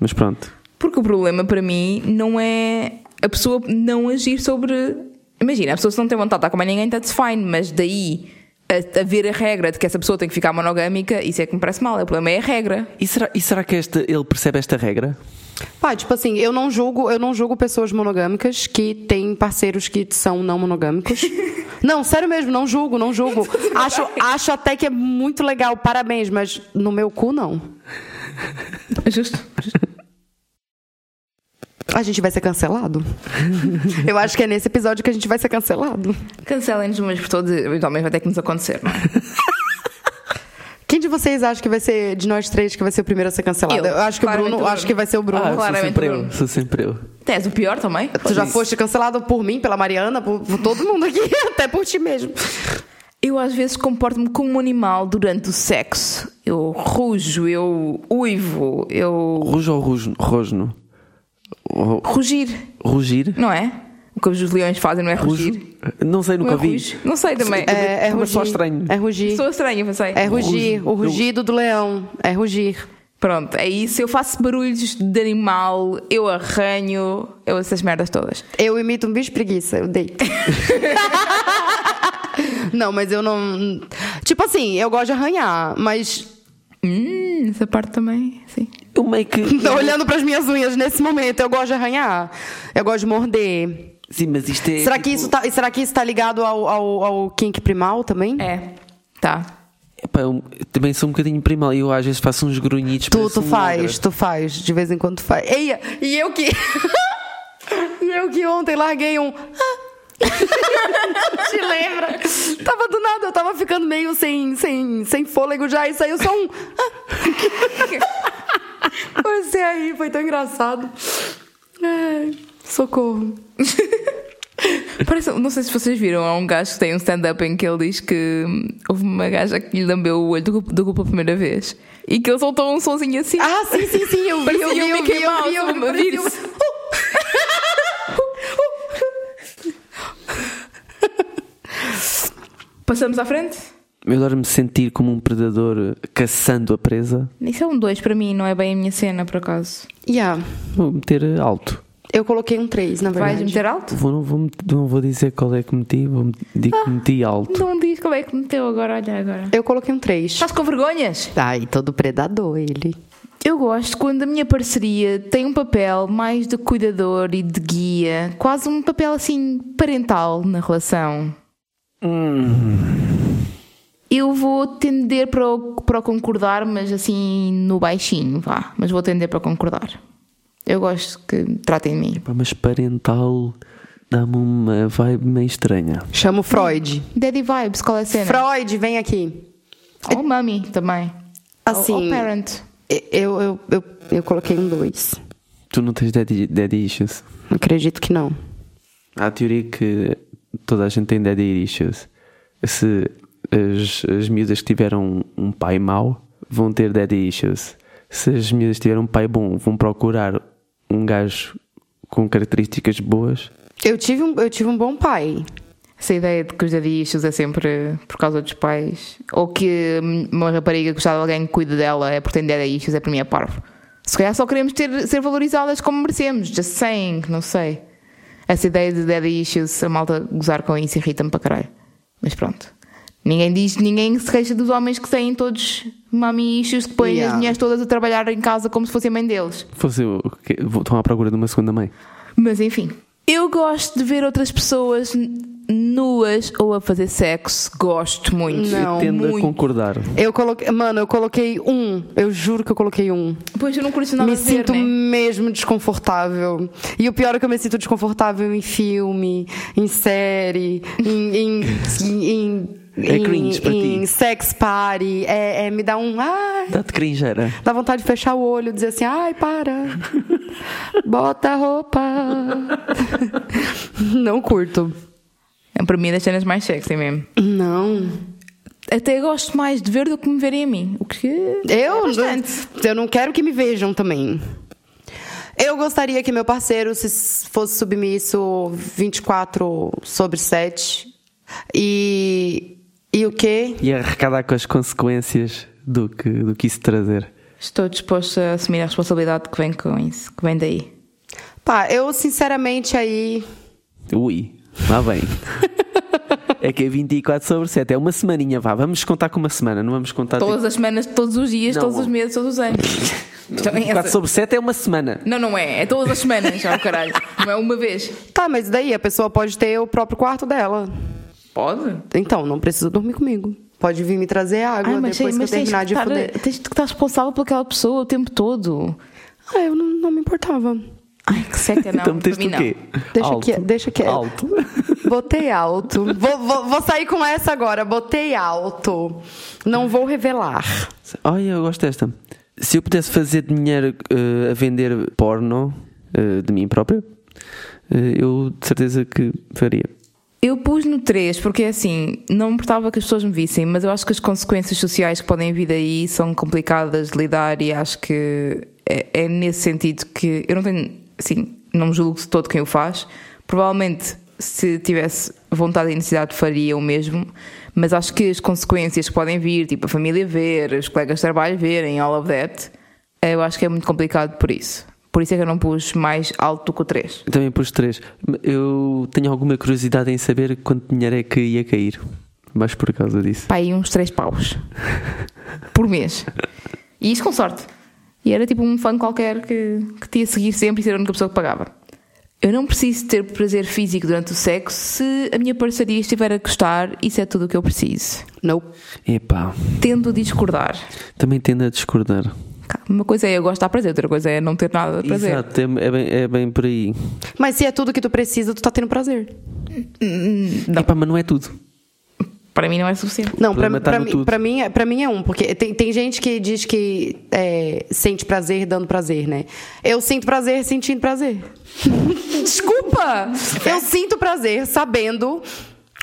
B: Mas pronto.
A: Porque o problema para mim não é a pessoa não agir sobre. Imagina, a pessoa se não tem vontade de estar com mais ninguém, that's fine, mas daí a, a ver a regra de que essa pessoa tem que ficar monogâmica, isso é que me parece mal. O problema é a regra.
B: E será, e será que esta, ele percebe esta regra?
D: Pá, tipo assim, eu não julgo, eu não julgo pessoas monogâmicas que têm parceiros que são não monogâmicos. não, sério mesmo, não julgo, não julgo. Acho, acho até que é muito legal, parabéns, mas no meu cu não.
A: Justo.
D: A gente vai ser cancelado? eu acho que é nesse episódio que a gente vai ser cancelado.
A: Cancelem-nos umas por todas, eventualmente vai ter que nos acontecer, não é?
D: Quem de vocês acha que vai ser de nós três que vai ser o primeiro a ser cancelado?
A: Eu.
D: Eu acho que o
A: Claramente
D: Bruno,
A: o Bruno.
D: acho que vai ser o Bruno.
A: Ah,
B: sou
A: Claramente
B: sempre
A: não.
B: eu. Sou sempre eu.
A: Tens o pior também?
B: Ah,
D: Tu já foste cancelado por mim, pela Mariana, por, por todo mundo aqui, até por ti mesmo.
A: Eu às vezes comporto-me como um animal durante o sexo. Eu rujo, eu uivo, eu.
B: Rujo ou rujo, rosno? Ru-
A: Rugir,
B: Rugir?
A: não é? O que os leões fazem não é
B: Rujo?
A: rugir?
B: Não sei, nunca
A: Não é
B: vi.
A: rujo? Não sei também.
D: É, é rugir.
B: Mas só estranho.
D: É rugir.
A: Sou estranha, pensei.
D: É rugir. O rugido do leão. É rugir.
A: Pronto, é isso. Eu faço barulhos de animal, eu arranho, eu essas merdas todas.
D: Eu imito um bicho preguiça, eu deito. não, mas eu não. Tipo assim, eu gosto de arranhar, mas.
A: Hum, essa parte também, sim.
B: Eu meio que.
D: Tô olhando pras minhas unhas nesse momento, eu gosto de arranhar. Eu gosto de morder.
B: Sim, mas isto é.
D: Será que
B: tipo-
D: isso tá, será que isso tá ligado ao, ao, ao kink primal também?
A: É, tá.
B: Epá, eu também sou um bocadinho primal e eu às vezes faço uns grunhidos
D: Tu,
B: parece
D: tu
B: um
D: faz,
B: ogro.
D: tu faz, de vez em quando tu faz. Ei, e eu que. e eu que ontem larguei um. Te lembra? Tava do nada, eu tava ficando meio sem, sem, sem fôlego já e saiu só um.
A: é,
D: Comecei a rir, é foi tão engraçado. Ai, socorro.
A: Parece, não sei se vocês viram, há um gajo que tem um stand-up em que ele diz que hum, houve uma gaja que lhe lambeu o olho do, cu- do cu pela primeira vez e que ele soltou um sonzinho assim.
D: Ah, sim, sim, sim, eu vi, eu
A: Parecia
D: vi,
A: o
D: eu vi,
A: Mickey
D: eu vi,
A: Mouse,
D: eu vi,
A: um
D: parecia um-
A: vírus. Passamos à frente?
B: Eu adoro-me sentir como um predador caçando a presa.
A: Isso é um 2 para mim, não é bem a minha cena, por acaso.
D: Yeah,
B: Vou meter eh, alto.
D: ah, eu coloquei um 3, na
A: Vais
D: verdade.
A: meter alto?
B: Vou, não, vou, met- não vou dizer qual é que meti, vou met- digo que meti alto.
A: Não diz como é que meteu agora, olha agora.
D: Eu coloquei um 3.
A: Estás com vergonhas?
D: Ai, todo predador ele.
A: Eu gosto quando a minha parceria tem um papel mais de cuidador e de guia, quase um papel assim parental na relação. Hum. Eu vou tender para o, para o concordar, mas assim no baixinho, vá. Mas vou tender para concordar. Eu gosto que tratem de mim.
B: Pá, mas parental dá-me uma vibe meio estranha.
D: Chama o Freud.
A: Daddy Vibes, qual é a
D: né?
A: cena?
D: Freud, vem aqui.
A: Ou Mummy também.
D: Assim-
A: Ou, ou Parent.
D: Eu, eu, eu, eu coloquei um 2.
B: Tu não tens daddy, daddy issues?
D: Acredito que não.
B: Há a teoria que toda a gente tem daddy issues. Se as, as miúdas que tiveram um pai mau vão ter daddy issues. Se as miúdas tiveram um pai bom, vão procurar um gajo com características boas.
D: Eu tive um, eu tive um bom pai.
A: Essa ideia de que os dadistas é sempre por causa dos pais, ou que uma rapariga gostar de alguém que cuida dela é por ter dadistas, é para mim é parvo. Se calhar só queremos ter, ser valorizadas como merecemos, just saying, não sei. Essa ideia de daddy issues, a malta gozar com isso irrita-me para caralho. Mas pronto. Ninguém diz, ninguém se queixa dos homens que têm todos mami issues que põem
D: Yeah.
A: as mulheres todas a trabalhar em casa como se fosse a mãe deles.
B: Fosse o que estão à procura de uma segunda mãe.
A: Mas enfim. Eu gosto de ver outras pessoas n- nuas ou a fazer sexo. Gosto muito.
D: Não,
B: Tendo a
A: muito.
B: concordar.
D: Eu coloquei. Mano, eu coloquei um. Eu juro que eu coloquei um.
A: Pois eu não curto nada
D: me
A: a ver,
D: sinto
A: né?
D: mesmo desconfortável. E o pior é que eu me sinto desconfortável em filme, em série, em. em, em, em
B: É
D: em-
B: cringe pra ti.
D: em sex party. É, é, me dá um. Ai,
B: Dá-te cringeira.
D: Dá vontade de fechar o olho, dizer assim, ai, para. Bota a roupa. Não curto.
A: É para mim das cenas mais sexy mesmo.
D: Não.
A: Até gosto mais de ver do que me verem a mim. O que
D: Eu,
A: bastante.
D: eu não quero que me vejam também. Eu gostaria que meu parceiro se fosse submisso 24 sobre 7. E. E o quê?
B: E arrecadar com as consequências do que, do que isso trazer.
A: Estou disposta a assumir a responsabilidade que vem com isso, que vem daí.
D: Pá, eu sinceramente aí.
B: Ui, lá bem. é que é 24 sobre 7, é uma semaninha, vá. Vamos contar com uma semana, não vamos contar. tipo,
A: Todas as semanas, todos os dias,
B: Não.
A: todos os meses, todos os anos. Então, é
B: 24
A: essa-
B: sobre 7 é uma semana.
A: Não, não é. É todas as semanas, já o caralho. Não é uma vez.
D: Tá, mas daí a pessoa pode ter o próprio quarto dela.
A: Pode?
D: Então, não precisa dormir comigo. Pode vir me trazer água depois que eu terminar de foder.
A: tens que estar responsável por aquela pessoa o tempo todo.
D: Ah, eu não, não me importava.
A: Ai, que seca, não.
B: então meteste
A: Para mim, não.
B: o quê?
D: Deixa
B: alto.
D: quieto, deixa é. quieto.
B: Alto.
D: Botei alto. vou, vou- vou sair com essa agora. Botei alto. Não vou revelar.
B: Olha, eu gosto desta. Se eu pudesse fazer dinheiro eh, a vender porno eh, de mim próprio, eh, eu de certeza que faria.
A: Eu pus no 3 porque assim, não me importava que as pessoas me vissem, mas eu acho que as consequências sociais que podem vir daí são complicadas de lidar e acho que é, é nesse sentido que eu não tenho, assim, não julgo de todo quem o faz. Provavelmente se tivesse vontade e necessidade faria o mesmo, mas acho que as consequências que podem vir, tipo a família ver, os colegas de trabalho verem, all of that, eu acho que é muito complicado por isso. Por isso é que eu não pus mais alto do que o 3.
B: Eu Também pus três. Eu tenho alguma curiosidade em saber quanto dinheiro é que ia cair. Mas por causa disso.
A: pá, aí uns 3 paus por mês. E isso com sorte. E era tipo um fã qualquer que, que te ia seguir sempre e ser a única pessoa que pagava. Eu não preciso ter prazer físico durante o sexo se a minha parceria estiver a gostar, isso é tudo o que eu preciso.
D: Não.
B: Epá,
A: Tendo a discordar.
B: também tendo a discordar.
A: Cá, Uma coisa é eu gosto de dar prazer, outra coisa é não ter nada de prazer.
B: Exato, é, é bem, é bem por aí.
D: Mas se é tudo que tu precisa, tu tá tendo prazer.
B: Epá, mas não é tudo.
A: Para mim não é suficiente.
D: Não,
B: O
D: pra,
B: problema tá
D: pra
B: no
D: mim-
B: tudo.
D: pra mim, é- pra mim é um, porque tem, tem gente que diz que é, sente prazer dando prazer, né? Eu sinto prazer sentindo prazer. Desculpa! Eu sinto prazer sabendo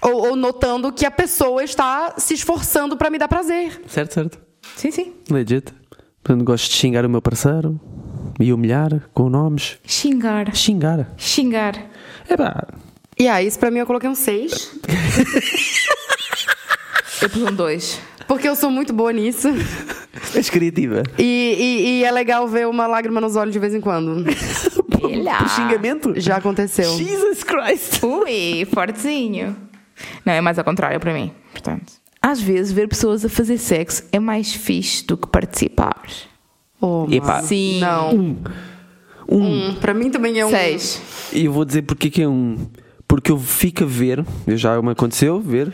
D: ou, ou notando que a pessoa está se esforçando pra me dar prazer.
B: Certo, certo.
A: Sim, sim.
B: Legit. Portanto, gosto de xingar o meu parceiro e humilhar com nomes.
A: Xingar.
B: Xingar.
A: Xingar.
B: Epá,
D: E aí, isso pra mim eu coloquei um 6,
A: Eu pus um 2.
D: porque eu sou muito boa nisso.
B: és criativa.
D: E, e- e é legal ver uma lágrima nos olhos de vez em quando.
B: Por xingamento?
D: Já aconteceu.
B: Jesus Christ!
A: Ui, fortezinho. Não, é mais ao contrário para mim, portanto. Às vezes, ver pessoas a fazer sexo é mais fixe do que participar.
D: Oh,
B: Epa.
D: mano.
A: Sim.
D: Não. Um. Pra mim também é um.
A: Hum. Seis.
B: E eu vou dizer porque que é um. Porque eu fico a ver, eu já me aconteceu ver,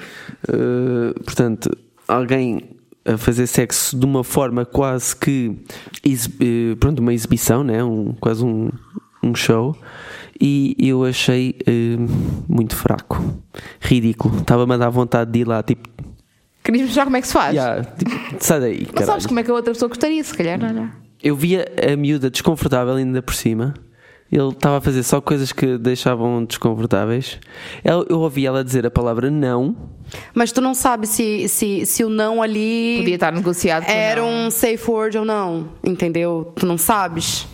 B: eh, portanto, alguém a fazer sexo de uma forma quase que. exi- eh, pronto, uma exibição, né? um, quase um, um show. E eu achei eh, muito fraco, ridículo. Estava-me a dar vontade de ir lá, tipo,
A: Querias mostrar como é que se faz?
B: "Ya, tipo, sai daí.
A: Não sabes
B: caralho."
A: como é que a outra pessoa gostaria, se calhar, não, não.
B: Eu via a miúda desconfortável ainda por cima. Ele estava a fazer só coisas que deixavam desconfortáveis. Ela- Eu ouvi ela dizer a palavra não.
D: Mas tu não sabe se, se, se o não ali
A: Podia estar negociado. com
D: era
A: não.
D: um safe word ou não, entendeu? Tu não sabes.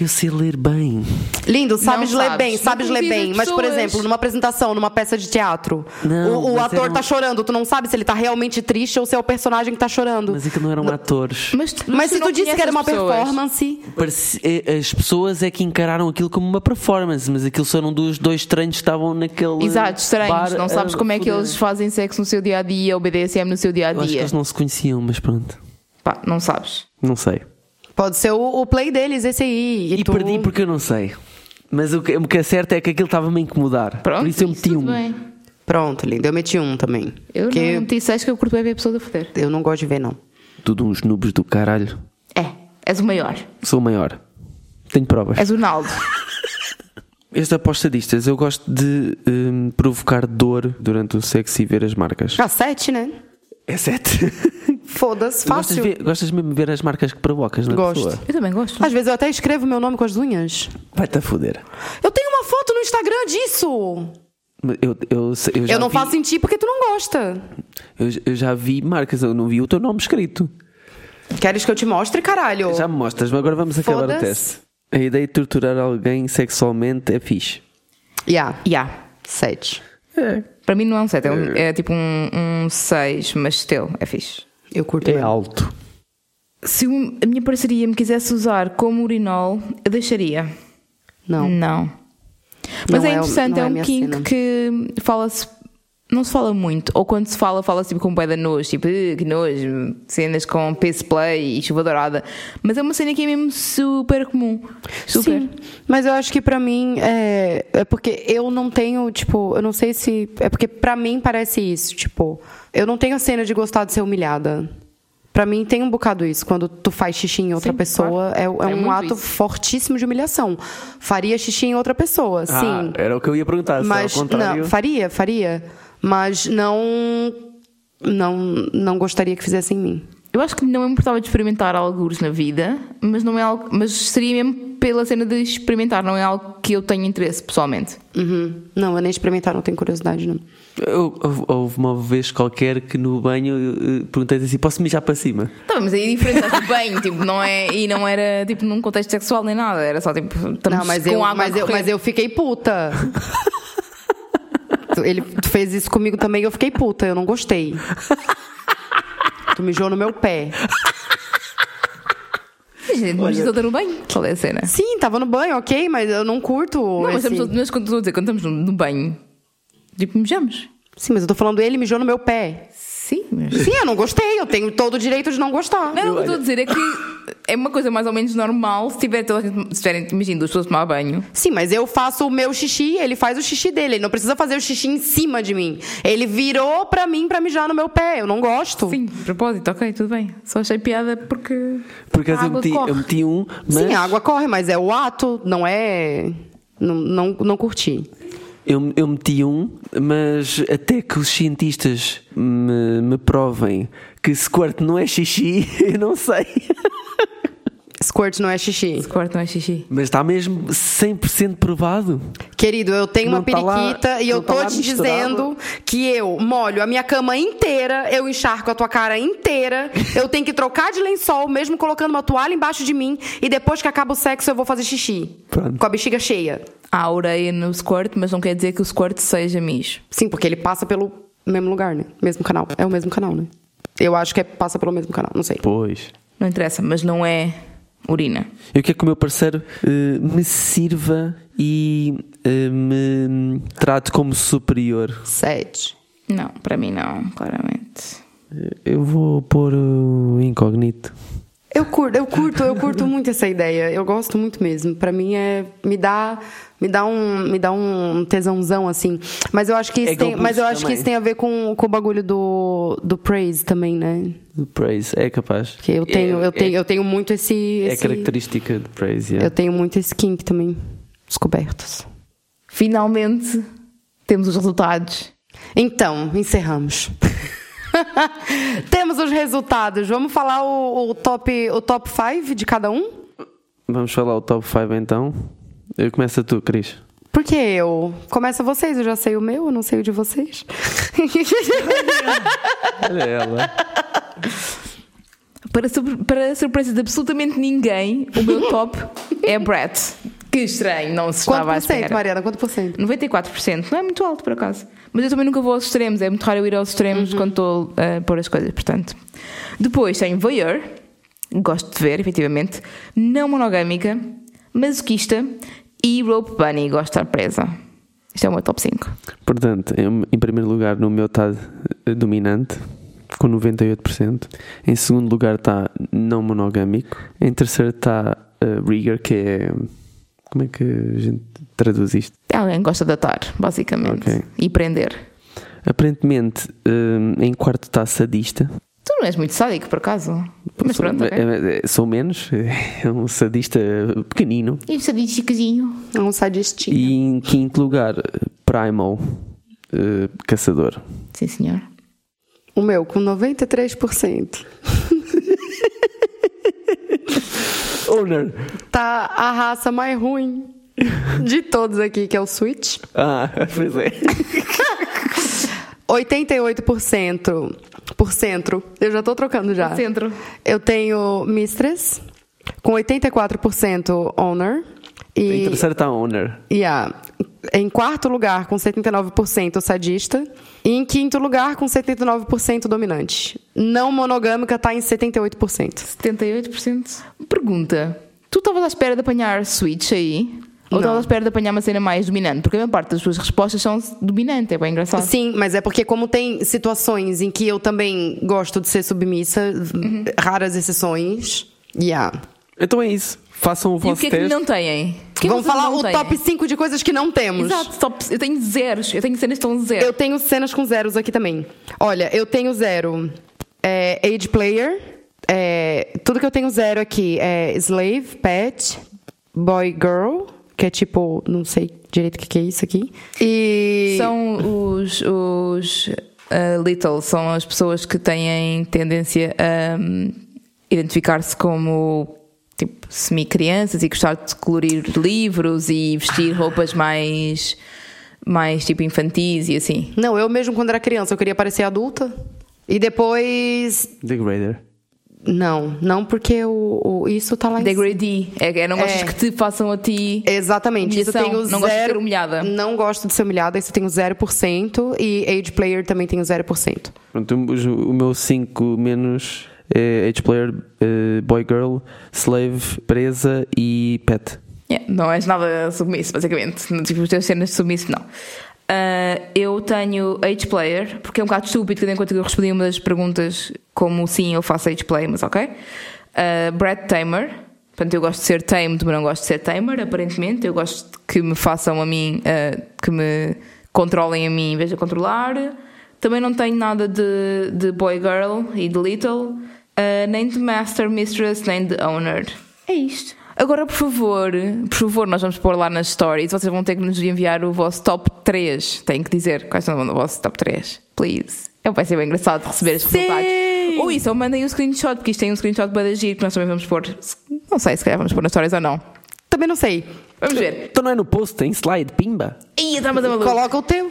B: Eu sei ler bem.
D: Lindo, sabes ler
A: sabes.
D: bem,
A: Não
D: sabes ler
A: convida
D: bem.
A: as
D: Mas, por
A: pessoas.
D: exemplo, numa apresentação, numa peça de teatro,
B: Não,
D: o, o
B: mas
D: ator
B: era um-
D: tá chorando, tu não sabe se ele tá realmente triste ou se é o personagem que tá chorando.
B: Mas
D: Mas,
B: aquilo não eram atores.
A: Mas,
D: se tu
A: não
D: disse que era uma
A: conheces as pessoas.
D: performance,
B: Parece- eh, As pessoas é que encararam aquilo como uma performance, mas aquilo só eram dois, dois estranhos que estavam naquele.
A: Exato, estranhos.
B: bar eh,
A: Não sabes
B: a
A: como é que
B: foder.
A: eles fazem sexo no seu dia a dia, ou BDSM no seu dia a
B: Eu acho que
A: dia.
B: eles não se conheciam, mas pronto.
A: Pá, não sabes.
B: Não sei.
D: pode ser o, o play deles, esse aí. E,
B: E
D: tu-
B: perdi porque eu não sei. Mas o que, o que é certo é que aquilo estava-me a incomodar.
A: Pronto,
B: Por isso eu meti
A: tudo
B: um.
A: bem.
D: Pronto, lindo, eu meti um também.
A: Eu
D: porque
A: não meti seis que é- eu curto bem ver a pessoa a foder.
D: eu não gosto de ver, não.
B: Tudo uns noobs do caralho.
A: É, és o maior.
B: Sou o maior. Tenho provas.
A: És o Naldo.
B: Este apostadistas, eu gosto de hum, provocar dor durante o sexo e ver as marcas.
D: Ah, sete, né?
B: É sete.
D: Foda-se,
B: Gostas, de
D: fácil.
B: ver- gostas mesmo de ver as marcas que provocas na
D: Gosto.
B: pessoa?
A: Eu também gosto.
D: Às vezes eu até escrevo meu nome com as unhas.
B: Vai-te a foder.
D: Eu tenho uma foto no Instagram disso.
B: Eu, eu, eu, já
D: eu não
B: vi,
D: faço em ti porque tu não gosta.
B: Eu, eu já vi marcas, eu não vi o teu nome escrito.
D: Queres que eu te mostre, caralho?
B: Já me mostras, mas agora vamos acabar o
D: Oh. Foda-se.
B: teste. A ideia de torturar alguém sexualmente é fixe.
D: Yeah,
A: Yeah.
D: sete.
A: Para mim não é um 7, é, um- é tipo um 6, mas still, é fixe.
D: Eu curto.
B: É
D: mesmo.
B: alto.
A: Se o- a minha parceria me quisesse usar como urinol, eu deixaria.
D: Não.
A: Não. Mas
D: Não
A: é
D: é o-
A: interessante,
D: não
A: é,
D: é a
A: um
D: minha
A: kink
D: cena.
A: que fala-se. Não se fala muito, ou quando se fala, fala-se tipo com bué de nojo, tipo, "Eh, que nojo, cenas com piss play e chuva dourada. Mas é uma cena que é mesmo super comum. Super.
D: Sim, mas eu acho que pra mim é, é porque eu não tenho, tipo, eu não sei se é porque pra mim parece isso, tipo, eu não tenho a cena de gostar de ser humilhada. Pra mim tem um bocado isso, quando tu faz xixi em outra
A: Sim,
D: pessoa,
A: claro.
D: é, é
A: É
D: um
A: muito
D: ato
A: isso.
D: fortíssimo de humilhação. Faria xixi em outra
B: Ah,
D: pessoa, sim.
B: era o que eu ia perguntar,
D: Mas não, faria, faria, mas não não não gostaria que fizesse em mim.
A: Eu acho que não me importava de experimentar algures na vida, mas não é algo, mas seria mesmo pela cena de experimentar, não é algo que eu tenho interesse pessoalmente.
D: Uhum. Não, eu nem experimentar, não tenho curiosidade, não.
B: houve uma vez qualquer que no banho eh, perguntei assim: posso mijar para cima?
A: Tá, bem, mas aí é diferente, estás bem, tipo, não é, e não era tipo num contexto sexual nem nada, era só tipo, estamos
D: Não, mas
A: com
D: eu,
A: água
D: mas,
A: a
D: eu,
A: correr.
D: mas eu fiquei puta. Tu- Ele tu fez isso comigo também, eu fiquei puta, eu não gostei. Tu mijou no meu pé.
A: Gente, mas eu estou no banho, qual é a cena?
D: Sim, tava no banho, ok, mas eu não curto.
A: Não, mas,
D: esse-
A: estamos, mas quando estou a dizer, quando estamos no, no banho, tipo, mejamos.
D: Sim, mas eu tô falando, ele mijou no meu pé.
A: Sim, mas.
D: Sim, eu não gostei, eu tenho todo o direito de não gostar.
A: Não, o que eu estou a dizer é que é uma coisa mais ou menos normal se tiver toda a gente, se tiverem, imagina, duas pessoas a tomar banho.
D: Sim, mas eu faço o meu xixi, ele faz o xixi dele. Ele não precisa fazer o xixi em cima de mim. Ele virou pra mim pra mijar no meu pé. Eu não gosto.
A: Sim, de propósito, ok, tudo bem. Só achei piada porque.
B: Por acaso
A: A
B: eu
A: água
B: meti,
A: corre.
B: eu meti um, mas
D: Sim, a água corre, mas é o ato, não é. Não, não, não curti.
B: eu, eu meti um, mas até que os cientistas me, me provem que squirt não é xixi, eu não sei.
D: Squirt não é xixi.
A: Esse quarto não é xixi.
B: Mas está mesmo 100% provado.
D: Querido, eu tenho
B: Não
D: uma
B: tá lá-
D: periquita e eu
B: não tá
D: tô
B: lá
D: te
B: misturado.
D: dizendo que eu molho a minha cama inteira, eu encharco a tua cara inteira, eu tenho que trocar de lençol, mesmo colocando uma toalha embaixo de mim, e depois que acaba o sexo eu vou fazer xixi.
B: Pronto.
D: Com a bexiga cheia.
A: Há ureia no squirt, mas não quer dizer que o squirt seja mijo.
D: Sim, porque ele passa pelo mesmo lugar, né? Mesmo canal. É o mesmo canal, né? Eu acho que é, passa pelo mesmo canal, não sei.
B: Pois.
A: Não interessa, mas não é urina.
B: Eu quero que o meu parceiro eh, me sirva e eh, me trate como superior.
D: Sete.
A: Não, para mim não, claramente.
B: Eu vou pôr o incógnito.
D: Eu curto, eu curto, eu curto muito essa ideia. Eu gosto muito mesmo. Pra mim é me dá me dá um me dá um tesãozão assim. Mas eu acho que isso
B: É
D: tem,
B: golpista
D: mas eu acho que
B: também.
D: isso tem a ver com, com o bagulho do, do praise também, né?
B: O Praise é capaz.
D: Porque eu tenho
B: é,
D: eu tenho
B: É,
D: eu tenho muito esse,
B: é
D: esse-
B: característica de Praise.
D: eu
B: Yeah.
D: tenho muito esse kink também descobertos.
A: Finalmente temos os resultados.
D: Então, encerramos. Temos os resultados. Vamos falar o, o top o top 5 de cada um?
B: Vamos falar o top 5 então. Eu começo a tu, Cris.
D: Porque eu. Começa vocês, eu já sei o meu, eu não sei o de vocês.
B: Olha ela.
A: Para, sur- para surpresa de absolutamente ninguém, o meu top é Brett. Que estranho, não se
D: Quanto
A: estava a
D: por cento,
A: esperar.
D: Mariana? Quanto por cento?
A: 94%, não é muito alto por acaso. Mas eu também nunca vou aos extremos, é muito raro eu ir aos extremos quando estou a pôr as coisas, portanto. Depois tem voyeur, gosto de ver, efetivamente, não monogâmica, masoquista e rope bunny, gosto de estar presa. Isto é o meu top 5.
B: Portanto, em, em primeiro lugar, no meu está eh, dominante, com 98%. Em segundo lugar está não monogâmico. Em terceiro está eh, rigor, que é. Como é que a gente traduz isto?
A: É Alguém que gosta de atar, basicamente,
B: Ok.
A: e prender.
B: Aparentemente, eh, em quarto está sadista.
A: Tu não és muito sádico, por acaso? Mas
B: sou,
A: pronto, ok.
B: eh, eh, sou menos, é um sadista pequenino.
A: E um sadinho chiquezinho.
D: É um sadistinho.
B: E em quinto lugar, Primal, eh, caçador.
A: Sim, senhor.
D: O meu, com 93%.
B: Owner!
D: Tá a raça mais ruim de todos aqui, que é o Switch.
B: Ah, pois é.
D: 88% por centro. Eu já tô trocando já.
A: Centro.
D: Eu tenho Mistress, com 84% honor.
B: Em
D: E,
B: terceiro está Honor.
D: yeah, em quarto lugar, com 79% sadista. E em quinto lugar, com 79% dominante. Não monogâmica tá em 78%.
A: 78%. Pergunta: Tu estavas à espera de apanhar Switch aí? Ou
D: Não.
A: estavas à espera de apanhar uma cena mais dominante? Porque a maior parte das tuas respostas são dominante, é bem engraçado.
D: Sim, mas é porque como tem situações em que eu também gosto de ser submissa,
A: Uhum.
D: raras exceções. Yeah.
B: Então é isso. Façam o
A: E o
B: vosso
A: que é que
B: teste.
A: não têm? O que é que
D: Vamos
A: vocês
D: falar
A: não
D: o
A: têm?
D: top 5 de coisas que não temos.
A: Exato, top. Eu tenho zeros. Eu tenho cenas que estão zero.
D: Eu tenho cenas com zeros aqui também. Olha, eu tenho zero é, Age Player. é, tudo que eu tenho zero aqui é Slave, Pet, Boy Girl, que é tipo, não sei direito o que, que é isso aqui. E.
A: São os, os ah, little, são as pessoas que têm tendência a hum, identificar-se como tipo semi-crianças e gostar de colorir livros e
D: Ah.
A: vestir roupas mais, mais tipo infantis e assim.
D: Não, eu mesmo quando era criança, eu queria parecer adulta. E depois.
B: Degrader.
D: Não, não porque o, o- isso tá lá em cima.
A: Degradee, é, é não gostas
D: É.
A: que te façam a ti.
D: Exatamente. Isso eu
A: Humilhação.
D: tenho
A: Não
D: zero,
A: gosto de ser humilhada.
D: Não gosto de ser humilhada, isso eu tenho 0%. E Age Player também tenho 0%.
B: Pronto, o o meu 5 menos é Age Player, eh, Boy Girl, Slave, Presa e Pet.
A: Yeah, não és nada submisso, basicamente. Não, Tipo, os teus cenas de submisso, não. Ah, eu tenho H-Player, porque é um bocado estúpido, tendo em conta que eu respondi uma das perguntas como sim, eu faço H-Player, mas ok. Ah, Brad Tamer, portanto, eu gosto de ser tamed, mas não gosto de ser tamer, aparentemente. Eu gosto que me façam a mim, ah, que me controlem a mim em vez de controlar. Também não tenho nada de, de Boy Girl e de Little, ah, nem de Master Mistress, nem de Owner. É isto. Agora, por favor, por favor, nós vamos pôr lá nas stories. Vocês vão ter que nos enviar o vosso top 3. Têm que dizer quais são o vosso top 3. Please. É, Vai ser bem engraçado receber os resultados. Ou isso, ou mandem um screenshot, porque isto tem um screenshot para agir, que nós também vamos pôr. Não sei se calhar vamos pôr nas stories ou não.
D: Também não sei.
A: Vamos ver.
B: Então não é no post, tem slide, pimba.
A: Ih, está-me a dar maluco.
D: Coloca o teu.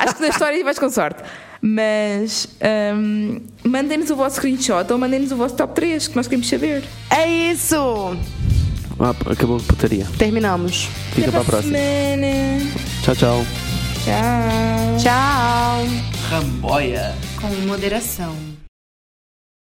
A: Acho que nas stories vais com sorte. Mas hum, mandem-nos o vosso screenshot ou mandem-nos o vosso top 3, que nós queremos saber.
D: É isso!
B: Ah, acabou a putaria.
D: Terminamos.
B: Fica para a próxima.
A: Semana.
B: Tchau, tchau.
A: Tchau.
D: Tchau!
C: Com moderação.